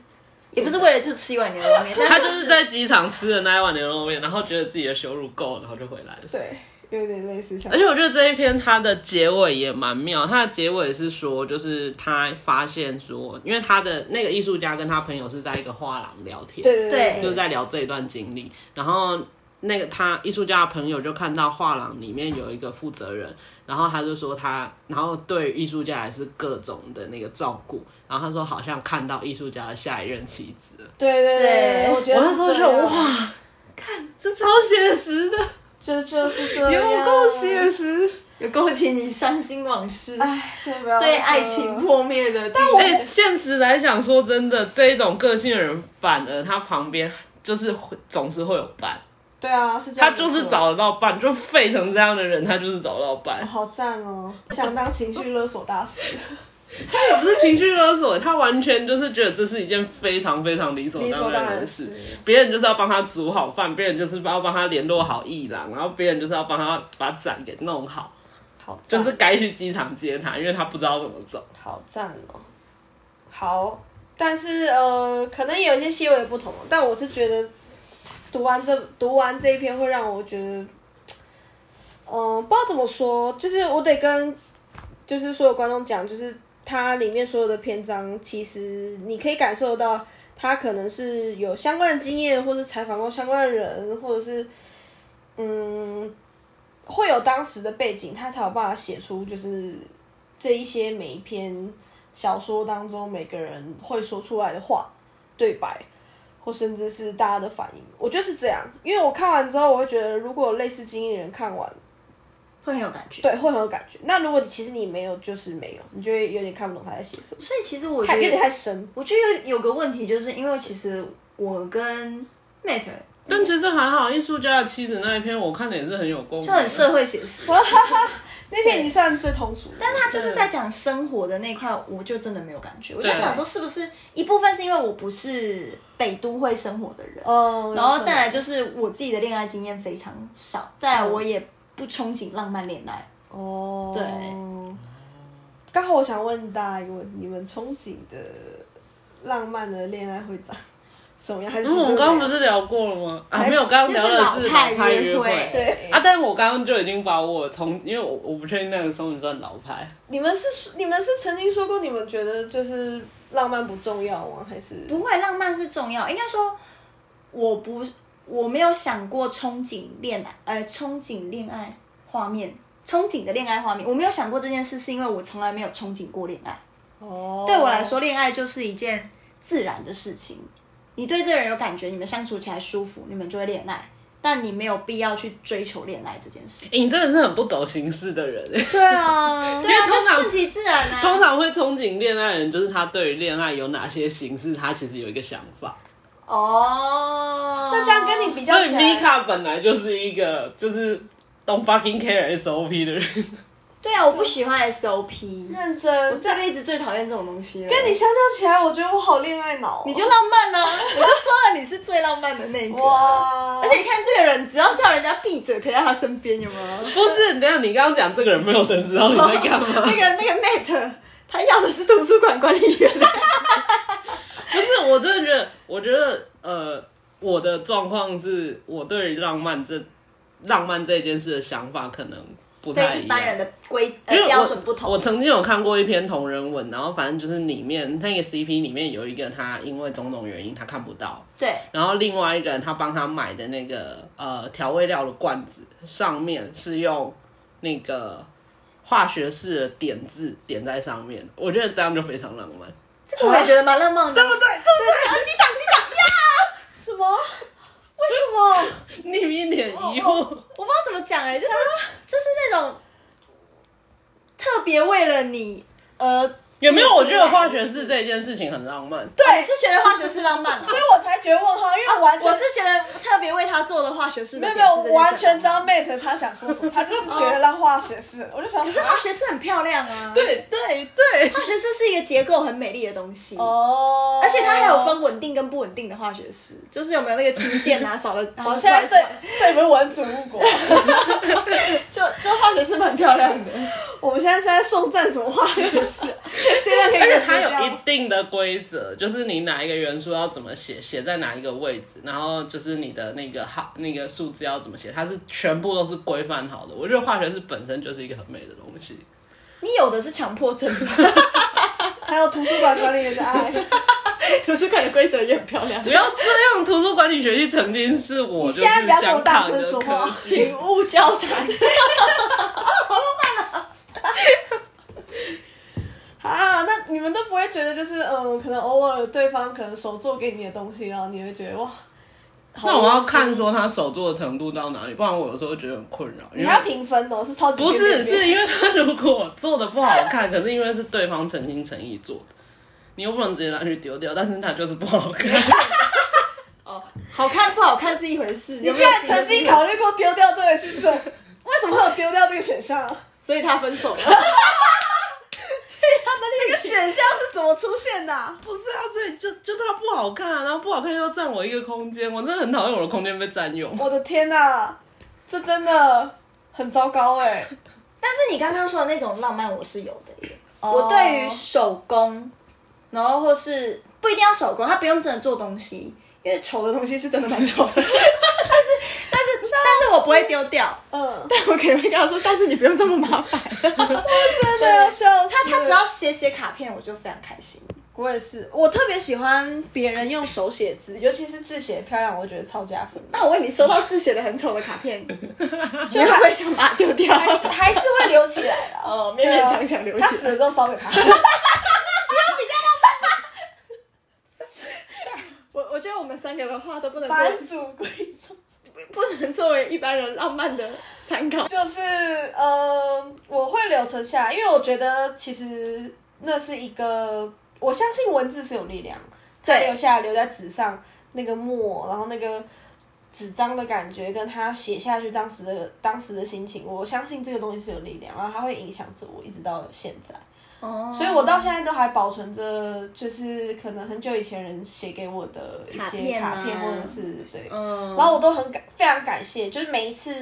也不是为了就吃一碗牛肉面，但
[LAUGHS] 他就是在机场吃的那一碗牛肉面，然后觉得自己的羞辱够，了，然后就回来了。
对，有点类似像
而。且我觉得这一篇它的结尾也蛮妙，它的结尾是说，就是他发现说，因为他的那个艺术家跟他朋友是在一个画廊聊天，
对对
对
就是在聊这一段经历，然后。那个他艺术家的朋友就看到画廊里面有一个负责人，然后他就说他，然后对艺术家也是各种的那个照顾，然后他说好像看到艺术家的下一任妻子了，
对对对，
对
我觉得
我那
是
时候
这
就
样，啊
哇，看这超写实的，
这就是这样，啊
有够写实。
有勾起你伤心往事，
唉，现在不要
对
说
爱情破灭的地方，
哎、现实来讲，说真的，这一种个性的人，反而他旁边就是会总是会有伴，
对啊，是这样
他
没
就
错，
是找得到伴，就废成这样的人，他就是找不到伴。
好赞哦，想当情绪勒索大师，
他也不是情绪勒索，他完全就是觉得这是一件非常非常理所
理所
当
当
然的
然
事
是。。
别人就是要帮他煮好饭，别人就是要帮他联络好艺廊，然后别人就是要帮他把展给弄 [LAUGHS] 好，
好赞，
就是该去机场接他，因为他不知道怎么走。
好赞哦。好，但是呃，可能也有一些细微的不同，哦但我是觉得读完这读完这一篇会让我觉得，嗯、不知道怎么说，就是我得跟就是所有观众讲，就是它里面所有的篇章，其实你可以感受到。他可能是有相关的经验，或是采访过相关的人，或者是，嗯，会有当时的背景，他才有办法写出就是这一些每一篇小说当中每个人会说出来的话、对白，或甚至是大家的反应，我觉得是这样。因为我看完之后，我会觉得如果有类似经历的人看完，
会很有感觉。
对，会很有感觉。那如果其实你没有，就是没有，你就会有点看不懂他在写什么，
所以其实我觉
太有
得
点太深。
我觉得有有个问题，就是因为其实我跟 Mate
但其实还好，艺术家的妻子那一篇我看的也是很有共鸣，啊
就很社会写实，
那篇已经算最通俗的， [LAUGHS] 但
他就是在讲生活的那块，我就真的没有感觉。我就
对
想说，是不是一部分是因为我不是北都会生活的人，
嗯，
然后
有可能
再来就是我自己的恋爱经验非常少，再来我也不憧憬浪漫恋爱。
哦，
对。
刚好我想问大家一个问题：你们憧憬的浪漫的恋爱会长什么样？还是
因为我们嗯刚刚
这
不
个
是聊过了吗？啊，
还
没有，刚刚
那
聊
是
的
老
是
派
派
约
约
会
对
啊，但我刚刚就已经把我从，因为我我不确定那个算不算老派，
你们是你们是曾经说过你们觉得就是浪漫不重要吗？还是
不会，浪漫是重要。应该说，我不，我没有想过憧憬恋爱，呃，憧憬恋爱画面，憧憬的恋爱画面，我没有想过这件事，是因为我从来没有憧憬过恋爱。
哦，
对我来说，恋爱就是一件自然的事情。你对这个人有感觉，你们相处起来舒服，你们就会恋爱，但你没有必要去追求恋爱这件事。
哎
欸你真的是很不走形式的人。
对
[LAUGHS]
啊，
对啊，
通常
就顺其自然
[LAUGHS]
啊。
通常会憧憬恋爱的人，就是他对于恋爱有哪些形式，他其实有一个想法。
哦，
那这样跟你比较
所以
起来，
Mika 本来就是一个就是 don't fucking care SOP 的人，
对啊，我不喜欢 SOP，
认
我
真
这辈子最讨厌这种东西了。
跟你相较起来，我觉得我好恋爱脑哦、
你就浪漫呢、啊我就说了你是最浪漫的那一个
[LAUGHS]
啊、
哇，
而且你看这个人，只要叫人家闭嘴，陪在他身边，有没有？
不是？等一下你刚刚讲这个人没有人知道你在干
[LAUGHS]
嘛，
那个那个 Mate，他要的是图书馆管理员。
不是？我真的觉得，我觉得呃，我的状况是我对于浪漫这浪漫这件事的想法可能不太
对
一
一
样
般。人的规
因为
呃
我
标准不同。
我曾经有看过一篇同人文，然后反正就是里面那个 CP 里面有一个他因为种种原因他看不到，
对，
然后另外一个人他帮他买的那个呃调味料的罐子上面是用那个化学式的点字点在上面，我觉得这样就非常浪漫。
这个我也觉得蛮浪漫的。对不
啊
对？
什么？为什么？
你一脸疑
我
惑，
我不知道怎么讲哎、就是
啊
就是那种特别为了你呃，
有没有？我觉得化学
是
式这件事情很浪漫。
对，哦你是觉得化学是浪漫啊，
[LAUGHS] 所以我才觉得问号，因为啊我
我
完全、
我是觉得特别为他做的化学式的啊
没有
点
没
子这件事
有
情，，
我完全知道 Mate 他想说什么，他就是觉得让化学式，我就想
可是化学式很漂亮啊，，
对对对，
化学式是一个结构很美丽的东西，
哦，
而且它还有。分稳定跟不稳定的化学式，就是有没有那个氢键啊，少了，
我现在这 [LAUGHS] 这里不是玩主物国，
就就化学式蛮漂亮的，
我们现在是在送赞什么化学式？这段可
而
以
且
跟
它
谁
有一
讲？
定的规则，就是你哪一个元素要怎么写，写在哪一个位置，然后就是你的那个号那个数字要怎么写，它是全部都是规范好的。我觉得化学式本身就是一个很美的东 [LAUGHS] 西。
[LAUGHS] 你有的是强迫症吧，
还有图书馆管理员的爱，
图书馆的规则也很漂亮
不，要这样！图书管理学系曾经是我就是
现在不要跟我
想
大
考
声
的
说
科
话
系，
请勿交谈。
啊，那你们都不会觉得就是嗯，可能偶尔对方可能手做给你的东西，然后你会觉得哇，好
那我要
温馨
看说他手做的程度到哪里，不然我有时候会觉得很困扰。因
你
为
还要评分哦，是超级
不是
边边边
是因为他如果做的不好看， [LAUGHS] 可是因为是对方诚心诚意做的，你又不能直接拿去丢掉，但是他就是不好
[LAUGHS]
看。
[LAUGHS] 哦，好看不好看是一回事，
你
你
竟然曾经考虑过丢掉这个事情，为什么会有丢掉这个选项啊？
[LAUGHS] 所以他分手了，
这个选项是怎么出现的啊、
不是啊，所以就就他不好看啊、然后不好看又占我一个空间，我真的很讨厌我的空间被占用。
我的天哪、这真的很糟糕哎、
但是你刚刚说的那种浪漫，我是有的耶。我对于手工，然后或是不一定要手工，它不用真的做东西，因为丑的东西是真的蛮丑 [LAUGHS] 的。但是但是但是我不会丢掉，
嗯，
但 [LAUGHS] 我可能会跟他说，下次你不用这么麻烦。
真的要笑死。
他他只要写写卡片，我就非常开心。
我也是，我特别喜欢别人用手写字，尤其是字写漂亮，我觉得超加分。
那我问你，收到字写的很丑的卡
[LAUGHS]
片，
就
你会
还
不会想把它丢掉？
还是还是会留起来的啊。
[LAUGHS] 哦，勉勉强强留
他
起
死
来
了。之后烧给他。
我我觉得我们三个的话都不能
返
做，
祖归宗。
不能作为一般人浪漫的参
[LAUGHS]
考。
就是呃，我会留存下来，因为我觉得其实那是一个，我相信文字是有力量，它
对
留下来留在纸上那个墨，然后那个纸张的感觉，跟他写下去当时的当时的心情，我相信这个东西是有力量，然后它会影响着我一直到现在。
哦，
所以我到现在都还保存着，就是可能很久以前人写给我的一些
卡片啊
卡片，或者是对，
嗯
然后我都很感非常感谢，就是每一次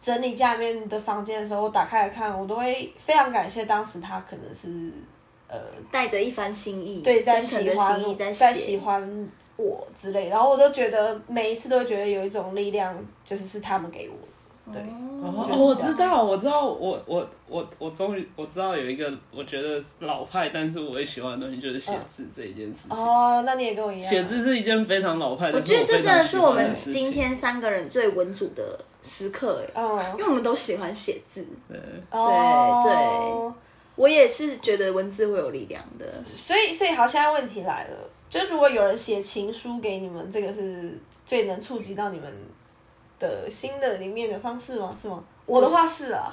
整理家里面的房间的时候，我打开来看，我都会非常感谢当时他可能是呃
带着一番心意，
对在
真诚
喜
的
欢
心意在
在
写
喜欢我之类的，然后我都觉得每一次都会觉得有一种力量，就是是他们给我的，对，
哦，哦我知道，我知道，我我我我终于我知道有一个我觉得老派，但是我也喜欢的东西就是写字这一件事情。
哦，那你也跟我一样，
写字是一件非常老派的，
我觉得这真的是我们
但是非常喜欢的事情
今天三个人最文组的时刻哎、
嗯
因为我们都喜欢写字，
哦
我也是觉得文字会有力量的。
所以所以好，现在问题来了，就如果有人写情书给你们，这个是最能触及到你们的心的里面的方式吗？是吗？我的话是啊，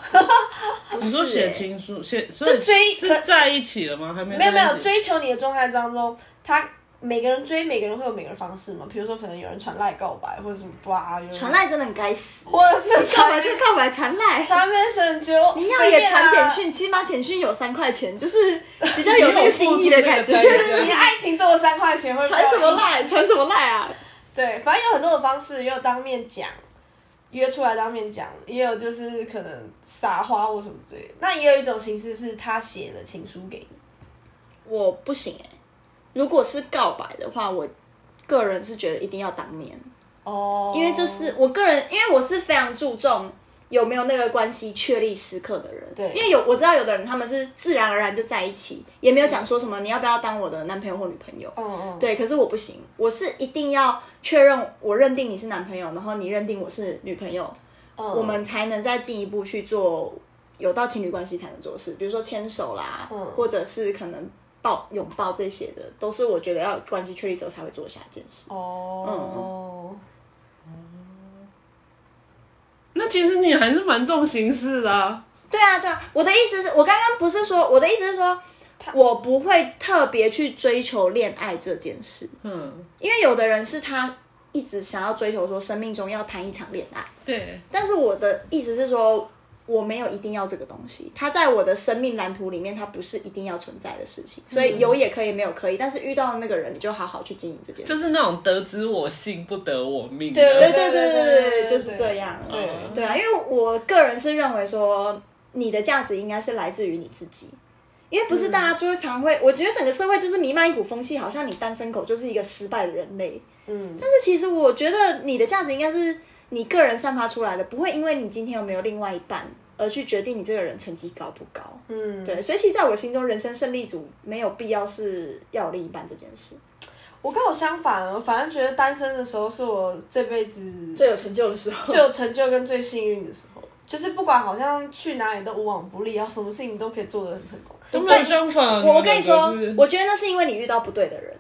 不
你
是
说写
哎
情书写， [LAUGHS] 所以
追
是
可
在一起了吗？还没
没有没
在
有
一起
追求你的状态当中，他每个人追每个人会有每个人方式嘛，比如说可能有人传赖告白或者什么吧，有人
欸传，赖真的很该死，
或者
[LAUGHS]
是
告
传
白就告白，传赖，
传 message 就
你要
随
也
便
传
啊
简，讯，起码简讯有三块钱，就是比较有那个心意的感觉
你有付出那个代
[LAUGHS]
价。
你爱情多了三块钱会不会
传什么赖？传什么赖啊？
对，反正有很多的方式，也有当面讲，约出来当面讲，也有就是可能撒花或什么之类的。那也有一种形式是他写了情书给你，
我不行哎、如果是告白的话，我个人是觉得一定要当面，
哦，
因为这是我个人，因为我是非常注重有没有那个关系确立时刻的人。
对
因为有我知道有的人他们是自然而然就在一起，也没有讲说什么你要不要当我的男朋友或女朋友。
嗯嗯，
对，可是我不行，我是一定要确认我认定你是男朋友，然后你认定我是女朋友，
嗯
我们才能再进一步去做有到情侣关系才能做的事，比如说牵手啦，
嗯
或者是可能抱拥抱这些的，都是我觉得要关系确立之后才会做下一件事。嗯
哦，
那其实你还是蛮重形式的啊。
对啊，对啊，我的意思是我刚刚不是说我的意思是说，我不会特别去追求恋爱这件事，
嗯，
因为有的人是他一直想要追求说生命中要谈一场恋爱。
对，
但是我的意思是说，我没有一定要这个东西，它在我的生命蓝图里面，它不是一定要存在的事情，所
嗯
以有也可以，没有可以，但是遇到那个人，你就好好去经营这件事。
就是那种得知我幸不得我命的。
对
对对对对对
对
对，就是这样。
对，
对啊，因为我个人是认为说，你的价值应该是来自于你自己。因为不是大家就是常
嗯
会，我觉得整个社会就是弥漫一股风气，好像你单身狗就是一个失败的人类。
嗯，
但是其实我觉得你的价值应该是你个人散发出来的，不会因为你今天有没有另外一半而去决定你这个人成绩高不高。
嗯，
对，所以其实在我心中，人生胜利组没有必要是要有另一半这件事。
我跟我相反哦，我反正觉得单身的时候是我这辈子
最有成就的时候，
最有成就跟最幸运的时候，就是不管好像去哪里都无往不利，然后什么事情都可以做得很成功。
根本相反。啊
我我跟你说
们两个是，
我觉得那是因为你遇到不对的人，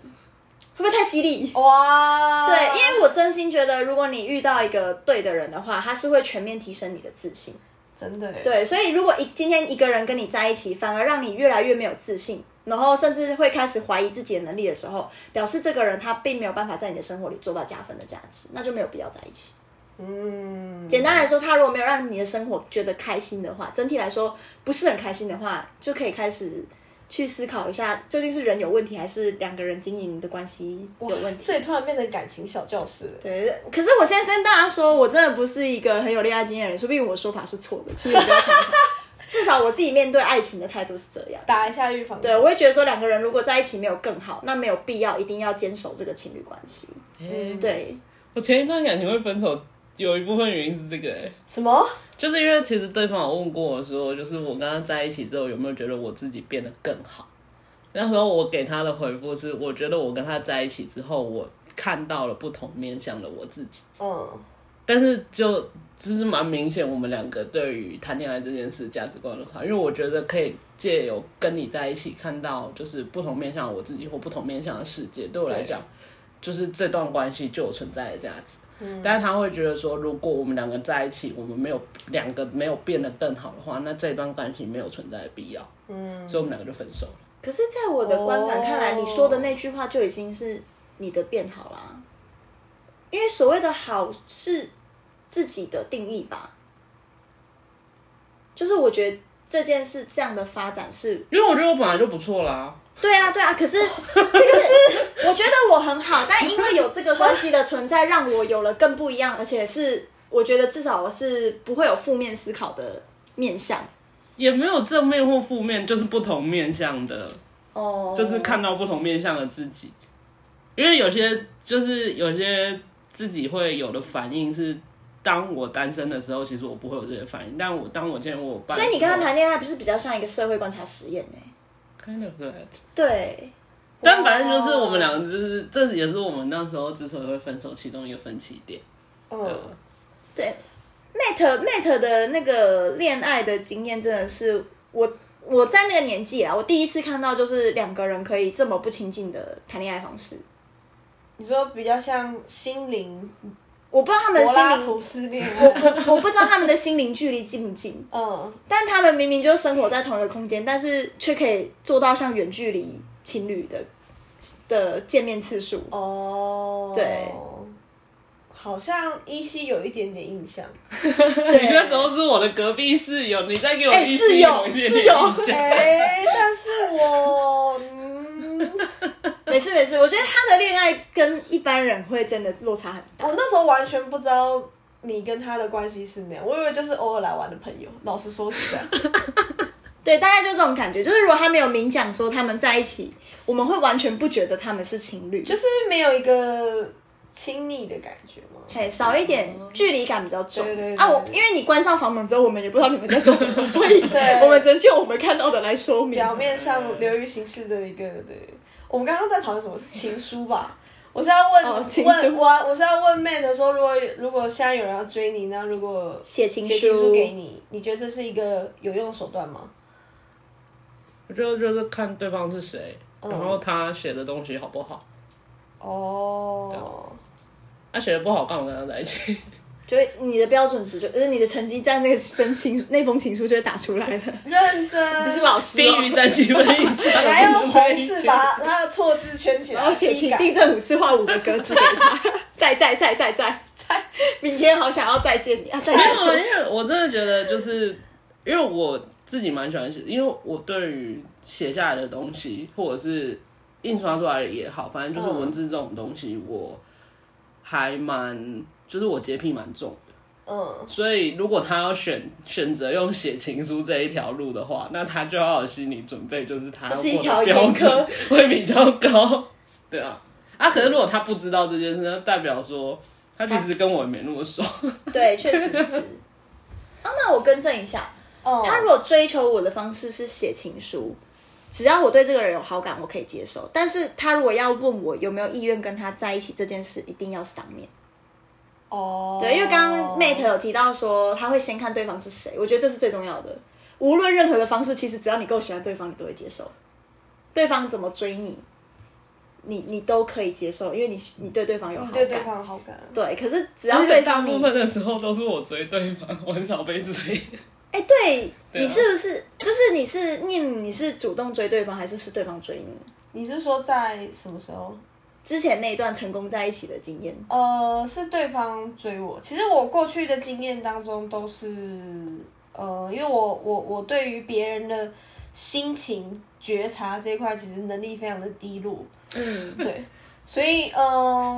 会不会太犀利？
哇，
对，因为我真心觉得，如果你遇到一个对的人的话，他是会全面提升你的自信。
真的耶
对，所以如果一今天一个人跟你在一起，反而让你越来越没有自信，然后甚至会开始怀疑自己的能力的时候，表示这个人他并没有办法在你的生活里做到加分的价值，那就没有必要在一起。
嗯，
简单来说，他如果没有让你的生活觉得开心的话，整体来说不是很开心的话，就可以开始去思考一下，究竟是人有问题，还是两个人经营的关系有问题
这。里突然变成感情小教室了。
对，可是我先跟大家说，我真的不是一个很有恋爱经验的人，说不定我说法是错的，请你不要参考。至少我自己面对爱情的态度是这 [LAUGHS] 样。
打一下预防针。
对，我会觉得说两个人如果在一起没有更好，那没有必要一定要坚守这个情侣关系。
嗯
对，
我前一段感情会分手，有一部分原因是这个、欸，
什么？
就是因为其实对方有问过我说，就是我跟他在一起之后有没有觉得我自己变得更好？那时候我给他的回复是，我觉得我跟他在一起之后，我看到了不同面向的我自己。
嗯，
但是就就是蛮明显，我们两个对于谈恋爱这件事价值观的差，因为我觉得可以借由跟你在一起，看到就是不同面向的我自己或不同面向的世界，对我来讲，就是这段关系就有存在的价值。但是他会觉得说，如果我们两个在一起，我们没有两个没有变得更好的话，那这段关系没有存在的必要。嗯，所以我们两个就分手了。
可是，在我的观感看来，
哦
你说的那句话就已经是你的变好啦，因为所谓的好是自己的定义吧。就是我觉得这件事这样的发展是
因为我觉得我本来就不错啦，
对啊，对啊，
[LAUGHS]
可是这个是我觉得我很好，但因为有这个关系的存在，让我有了更不一样，而且是我觉得至少我是不会有负面思考的面向。
也没有正面或负面，就是不同面向的，
哦，
就是看到不同面向的自己。因为有些就是有些自己会有的反应是，当我单身的时候，其实我不会有这些反应，但我当我见我有伴的
所
时候，
以你跟他谈恋爱不是比较像一个社会观察实验呢、
kind of good
对，
但反正就是我们两个就是，这也是我们那时候之所以会分手其中一个分歧点。
嗯，
对，Mate Mate 的那个恋爱的经验真的是我我在那个年纪啊，我第一次看到就是两个人可以这么不亲近的谈恋爱方式。
你说比较像心灵
我不知道他们
柏
的心
拉
灵，
图式恋
[LAUGHS]
爱，
我不知道他们的心灵距离近不近，
嗯，
但他们明明就生活在同一个空间，但是却可以做到像远距离情侣的的见面次数。
哦，
对，
好像依稀有一点点印象，
对，
你那时候是我的隔壁室友，你再给我
哎
一
室
些
友
有一点
室友
点印象
哎、但是我，嗯，
[LAUGHS] 没事没事，我觉得他的恋爱跟一般人会真的落差很大。
我那时候完全不知道你跟他的关系是那样，我以为就是偶尔来玩的朋友。老实说实在， [LAUGHS]
对，大概就这种感觉。就是如果他没有明讲说他们在一起，我们会完全不觉得他们是情侣，
就是没有一个亲昵的感觉嘛。
嘿少一点距离感比较重。
哦对对对
啊，我因为你关上房门之后，我们也不知道你们在做什么，所以
[LAUGHS] 对
我们只能就我们看到的来说明。
表面上流于形式的一个，对。我们刚刚在讨论什么是情书吧？我是要问、
哦情书
问我，我是要问 Mate 说，如果如果现在有人要追你，那如果
写情书
书给你，你觉得这是一个有用的手段吗？
我觉得就是看对方是谁，
哦
然后他写的东西好不好。
哦，
他写的不好，干嘛跟他在一起？
就是你的标准值就，呃就是你的成绩在那个分情 [LAUGHS] 那封情书就会打出来了。
认真，
[LAUGHS] 你是老
[LAUGHS]
师、
低于
哦，
三七分
[LAUGHS]
以上，
还用红字把他的错字圈起来，
啊然后写
批
请
改
订正五次，画五个格子给他。 [LAUGHS] 再再再再再再，明天好想要再见你啊！
[LAUGHS]
再见
没
[LAUGHS]
有，因为我真的觉得就是因为我自己蛮喜欢写，因为我对于写下来的东西，或者是印刷出来的也好，反正
嗯
就是文字这种东西，我还蛮就是我洁癖蛮重的。
嗯，
所以如果他要选选择用写情书这一条路的话，那他就要有心理准备，就是他
这是一
我
条
的
严
标准 [LAUGHS]
苛
会比较高。对啊，啊，可是如果他不知道这件事，那代表说他其实跟我也没那么熟。
对，确实是。啊，那我更正一下，
哦，
他如果追求我的方式是写情书，只要我对这个人有好感，我可以接受。但是他如果要问我有没有意愿跟他在一起，这件事一定要是当面。
哦，
对，因为刚刚 Mate 有提到说他会先看对方是谁，我觉得这是最重要的。无论任何的方式，其实只要你够喜欢对方，你都会接受。对方怎么追你，你你都可以接受，因为你你对对方有好
你
感。
嗯对对方有好感，
对可是只要对
大
方你
部分的时候都是我追对方， [LAUGHS] 我很少被追。
哎、对
对啊
你是不是就是你是你你是主动追对方，还是是对方追你？
你是说在什么时候？
之前那一段成功在一起的经验，
呃，是对方追我。其实我过去的经验当中都是，呃，因为我我我对于别人的心情觉察这一块，其实能力非常的低落。嗯，对，所以 呃，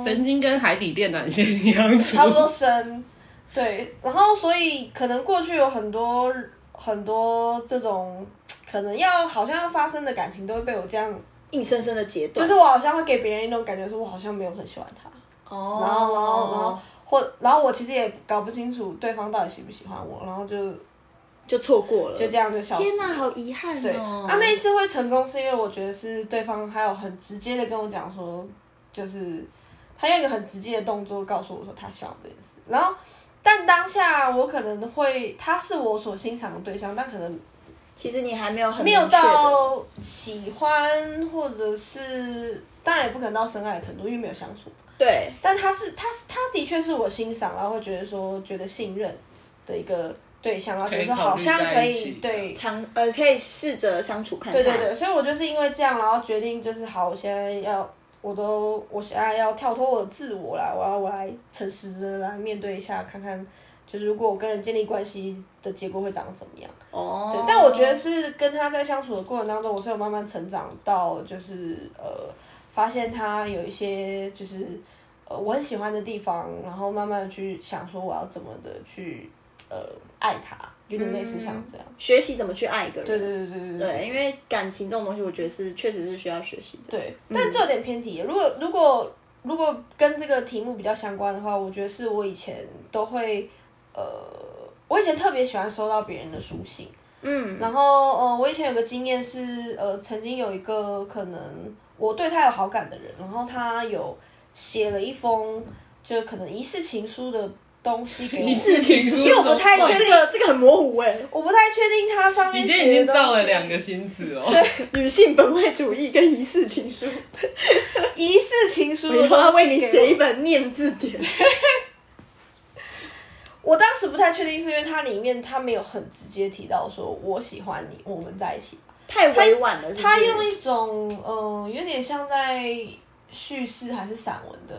[LAUGHS] 神经跟海底电缆线一样粗，
差不多深，对。然后所以可能过去有很多很多这种可能要好像要发生的感情，都会被我这样，
硬生生的截断。
就是我好像会给别人一种感觉，是我好像没有很喜欢他。
哦，
然后然后然后或然后我其实也搞不清楚对方到底喜不喜欢我，然后就
就错过了，
就这。样就消失了。
天哪，好遗憾哦。
对，啊，那一次会成功是因为我觉得是对方还有很直接的跟我讲说，就是他用一个很直接的动作告诉我说他喜欢我这件事。然后，但当下我可能会，他是我所欣赏的对象，但可能
其实你还没有很
没有
哦明确的
到喜欢，或者是当然也不可能到深爱的程度，因为没有相处。
对
但他是他是他的确是我欣赏，然后会觉得说觉得信任的一个对象，然后觉得说好像可
可以考虑在一
以
起
对
长呃可以试着相处看
对
看。
对对，所以我就是因为这样，然后决定就是好，我现在要我都我现在要跳脱我的自我来，我要我来诚实的来面对一下，看看就是如果我跟人建立关系的结果会长得怎么样。
哦
对，但我觉得是跟他在相处的过程当中，我是有慢慢成长到，就是呃，发现他有一些就是呃我很喜欢的地方，然后慢慢地去想说我要怎么的去呃爱他，有点类似像这样。
学习怎么去爱一个人。
嗯对对对对对对
对，因为感情这种东西，我觉得是确实是需要学习的。
对，
嗯
但这有点偏题。如果如果如果跟这个题目比较相关的话，我觉得是我以前都会，呃，我以前特别喜欢收到别人的书信。嗯，然后呃，我以前有个经验是，呃，曾经有一个可能我对他有好感的人，然后他有写了一封就可能疑似情书的东西给我，
疑似情书
因为我不太
哇
确定，这个这个很模糊哎。
我不太确定他上
你
面
今天已
写
经
的东
造
西。
了两个新词哦。
女性本位主义跟疑似情书，
疑似情书
我
的
以后要
啊
东西
为你
给
写
我
一本念字典。
我当时不太确定，是因为它里面它没有很直接提到说我喜欢你，我们在一起。
太委婉了，
它用
为
一种嗯、呃有点像在叙事还是散文的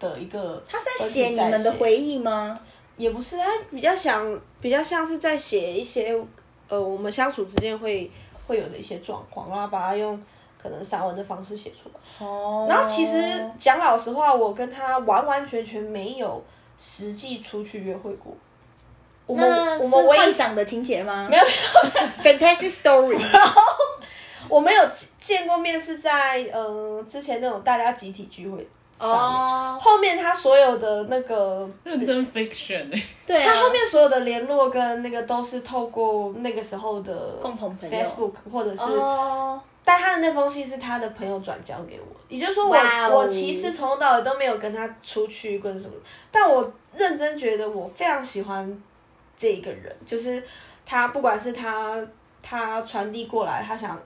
的一个，
他是在写你们的回忆吗？
也不是，它比较想比较像是在写一些呃我们相处之间会会有的一些状况，然后把它用可能散文的方式写出来。
哦，
然后其实讲老实话，我跟他完完全全没有实际出去约会过。我们
那
我
是
们唯
幻
一
想的情节吗？
没有。
[LAUGHS] ，fantasy story。
我没有见过面是在呃之前那种大家集体聚会上面。
哦，
后面他所有的那个，
认真 fiction 哎、
对啊，
他后面所有的联络跟那个都是透过那个时候的
共同朋友
Facebook 或者是，
哦，
但他的那封信是他的朋友转交给我，也就是说我
哇哦
我其实从头到尾都没有跟他出去跟什么，但我认真觉得我非常喜欢这一个人，就是他不管是他他传递过来，他想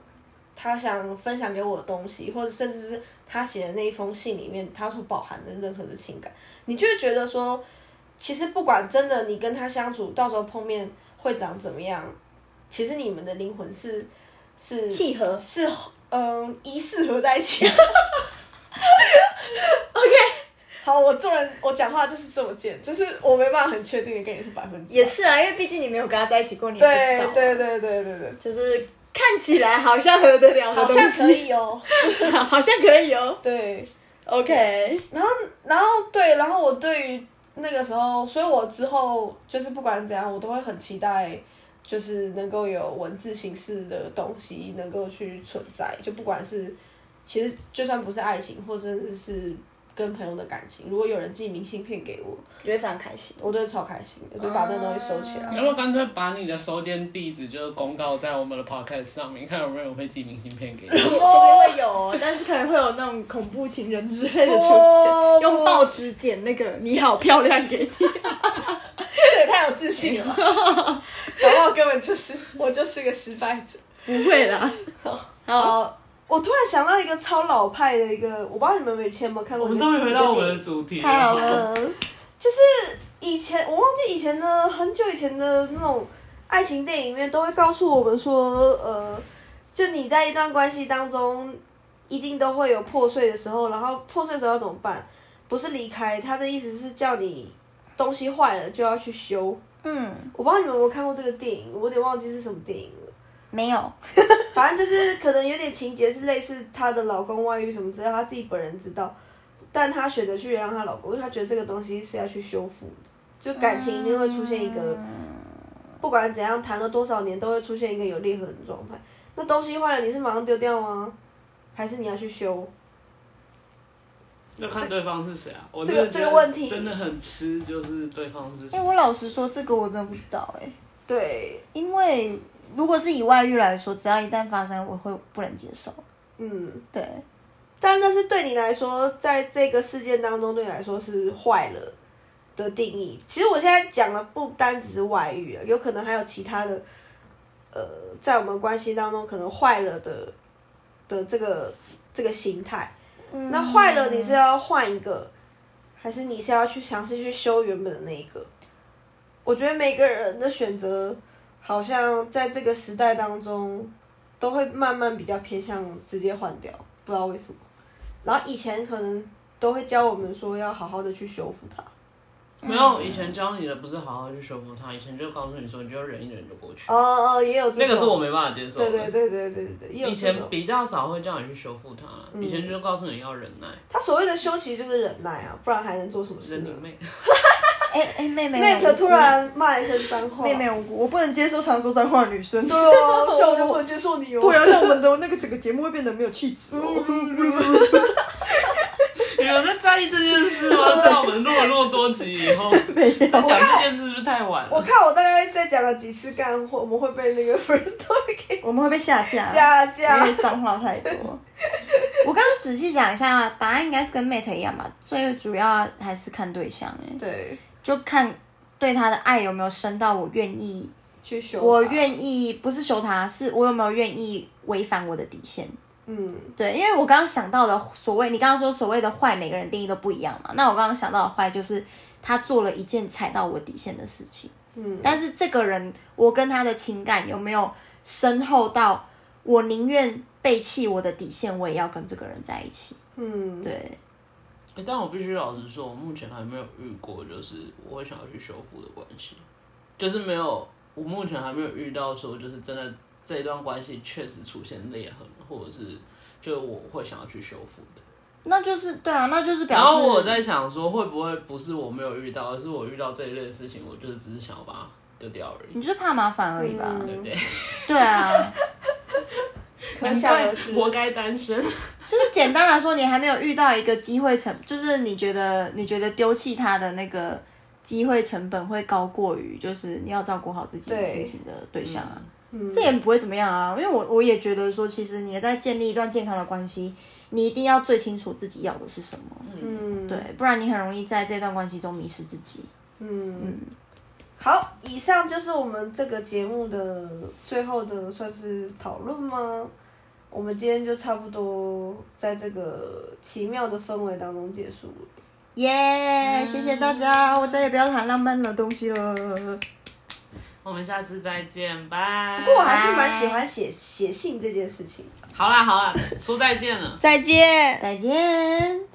他想分享给我的东西，或者甚至是他写的那一封信里面，他所饱含的任何的情感，你就会觉得说，其实不管真的你跟他相处，到时候碰面会长怎么样，其实你们的灵魂是是
契合
是嗯一适合在
[LAUGHS]
一起。好，我做人我讲话就是这么贱，就是我没办法很确定的跟你是百分之百。
也是啊，因为毕竟你没有跟他在一起过，你也不知道
对
啊。
对对对对对，
就是看起来好像合得了的
好
东
像可
西，
以哦。
[LAUGHS] 好像可以哦。
对，
OK，
然后然后对，然后我对于那个时候，所以我之后就是不管怎样，我都会很期待。就是能够有文字形式的东西能够去存在，就不管是其实就算不是爱情，或者是跟朋友的感情，如果有人寄明信片给我，
觉得非常开心。
我都会超开心的，我就把这东西收起来。
你要不要干脆把你的收件地址就是公告在我们的 podcast 上面，看有没有人会寄明信片给你。
说不定会有哦，但是可能会有那种恐怖情人之类的出
不
现，用报纸剪那个“你好漂亮”给你。
这也太有自信
[LAUGHS]
了吧！搞不好根本就是我就是个失败者。
不会啦，
好，我突然想到一个超老派的一个，我不知道你们以前有没有看过。
[LAUGHS] 我们终于回到我们的主题
太好
了。
了。
就是以前我忘记以前的很久以前的那种爱情电影里面都会告诉我们说，呃，就你在一段关系当中，一定都会有破碎的时候，然后破碎的时候要怎么办？不是离开，他的意思是叫你东西坏了就要去修。
嗯，
我不知道你们有没有看过这个电影，我有点忘记是什么电影了。
没有。
反正就是可能有点情节是类似她的老公外遇什么之类，她自己本人知道，但她选择去原谅她老公，因为她觉得这个东西是要去修复的，就感情一定会出现一
嗯
个，不管怎样谈了多少年都会出现一个有裂痕的状态。那东西坏了，你是马上丢掉吗？还是你要去修？
要看对方是谁啊？我
这
真
个
的觉得
这个问题
真的很吃，就是对方是谁
哎、。我老实说，这个我真的不知道哎、
对，
因为如果是以外遇来说，只要一旦发生，我会不能接受。
嗯，
对，
但那是对你来说，在这个事件当中，对你来说是坏了的定义。其实我现在讲的不单只是外遇了，有可能还有其他的，呃，在我们关系当中可能坏了的的这个这个心态。那坏了，
嗯
你是要换一个，还是你是要去尝试去修原本的那一个？我觉得每个人的选择，好像在这个时代当中，都会慢慢比较偏向直接换掉，不知道为什么。然后以前可能都会教我们说要好好的去修复它。
没有，以前教你的不是好好去修复它，以前就告诉你说你就忍一忍就过去。
哦哦，也有这种
那个是我没办法接受的。
对对对对对对，也有
以
这
前
种。嗯
比较少会叫你去修复它啦，以前就告诉你要忍耐，
他所谓的修其实就是忍耐啊，不然还能做什么事
忍
呢
你？妹。 [LAUGHS]
哎哎，妹妹，
妹子突然骂一声脏话，
妹妹，我我不能接受常说脏话的女
[LAUGHS]
生。对
对啊，这样我就不能接受你哦。
啊，那我们的那个整个节目会变得没有气质哦。
你有在在意这件事吗？在我们录了录多集以
[LAUGHS]
后，
没有，
讲这件事是不是太晚
我
了？
看我大概再讲了几次干，我们会被那个 [LAUGHS] first story 给
我们会被下架，
嗯下
因
啊
架。
为脏话太多。
我刚刚仔细想一下，答案应该是跟 Mate 一样吧，最主要还是看对象哎、
对，
就看对他的爱有没有深到我愿意，
去修它。
我愿意不是求他，是我有没有愿意违反我的底线。
嗯，
对，因为我刚刚想到的所谓，你刚刚说所谓的坏，每个人定义都不一样嘛。那我刚刚想到的坏就是他做了一件踩到我底线的事情，
嗯，
但是这个人，我跟他的情感有没有深厚到我宁愿背弃我的底线，我也要跟这个人在一起？
嗯，
对，
欸但我必须老实说，我目前还没有遇过，就是我会想要去修复的关系，就是没有，我目前还没有遇到说，就是真的这一段关系确实出现裂痕，或者是就是我会想要去修复的。
那就是对啊，那就是表
然
示
后我在想说，会不会不是我没有遇到，而是我遇到这一类的事情，我就是只是想要把它丢掉而
你
已，
就是怕麻烦而已吧？
嗯
对不对？
对啊，
可想而知。
活该单身。
就是简单来说，你还没有遇到一个机会成，就是你觉得你觉得丢弃他的那个机会成本会高过于，就是你要照顾好自己的
对嗯
心情的对象
嗯
啊。这也不会怎么样啊，因为我我也觉得说，其实你在建立一段健康的关系，你一定要最清楚自己要的是什么，
嗯，
对，不然你很容易在这段关系中迷失自己。
嗯，好，以上就是我们这个节目的最后的算是讨论吗？我们今天就差不多在这个奇妙的氛围当中结束了。
耶、
嗯
谢谢大家，我再也不要谈浪漫的东西了。
我们下次再见，拜。
啊
不过我还是蛮喜欢写写信这件事情的。
好啦好啦，说再见了。
再见。
再见。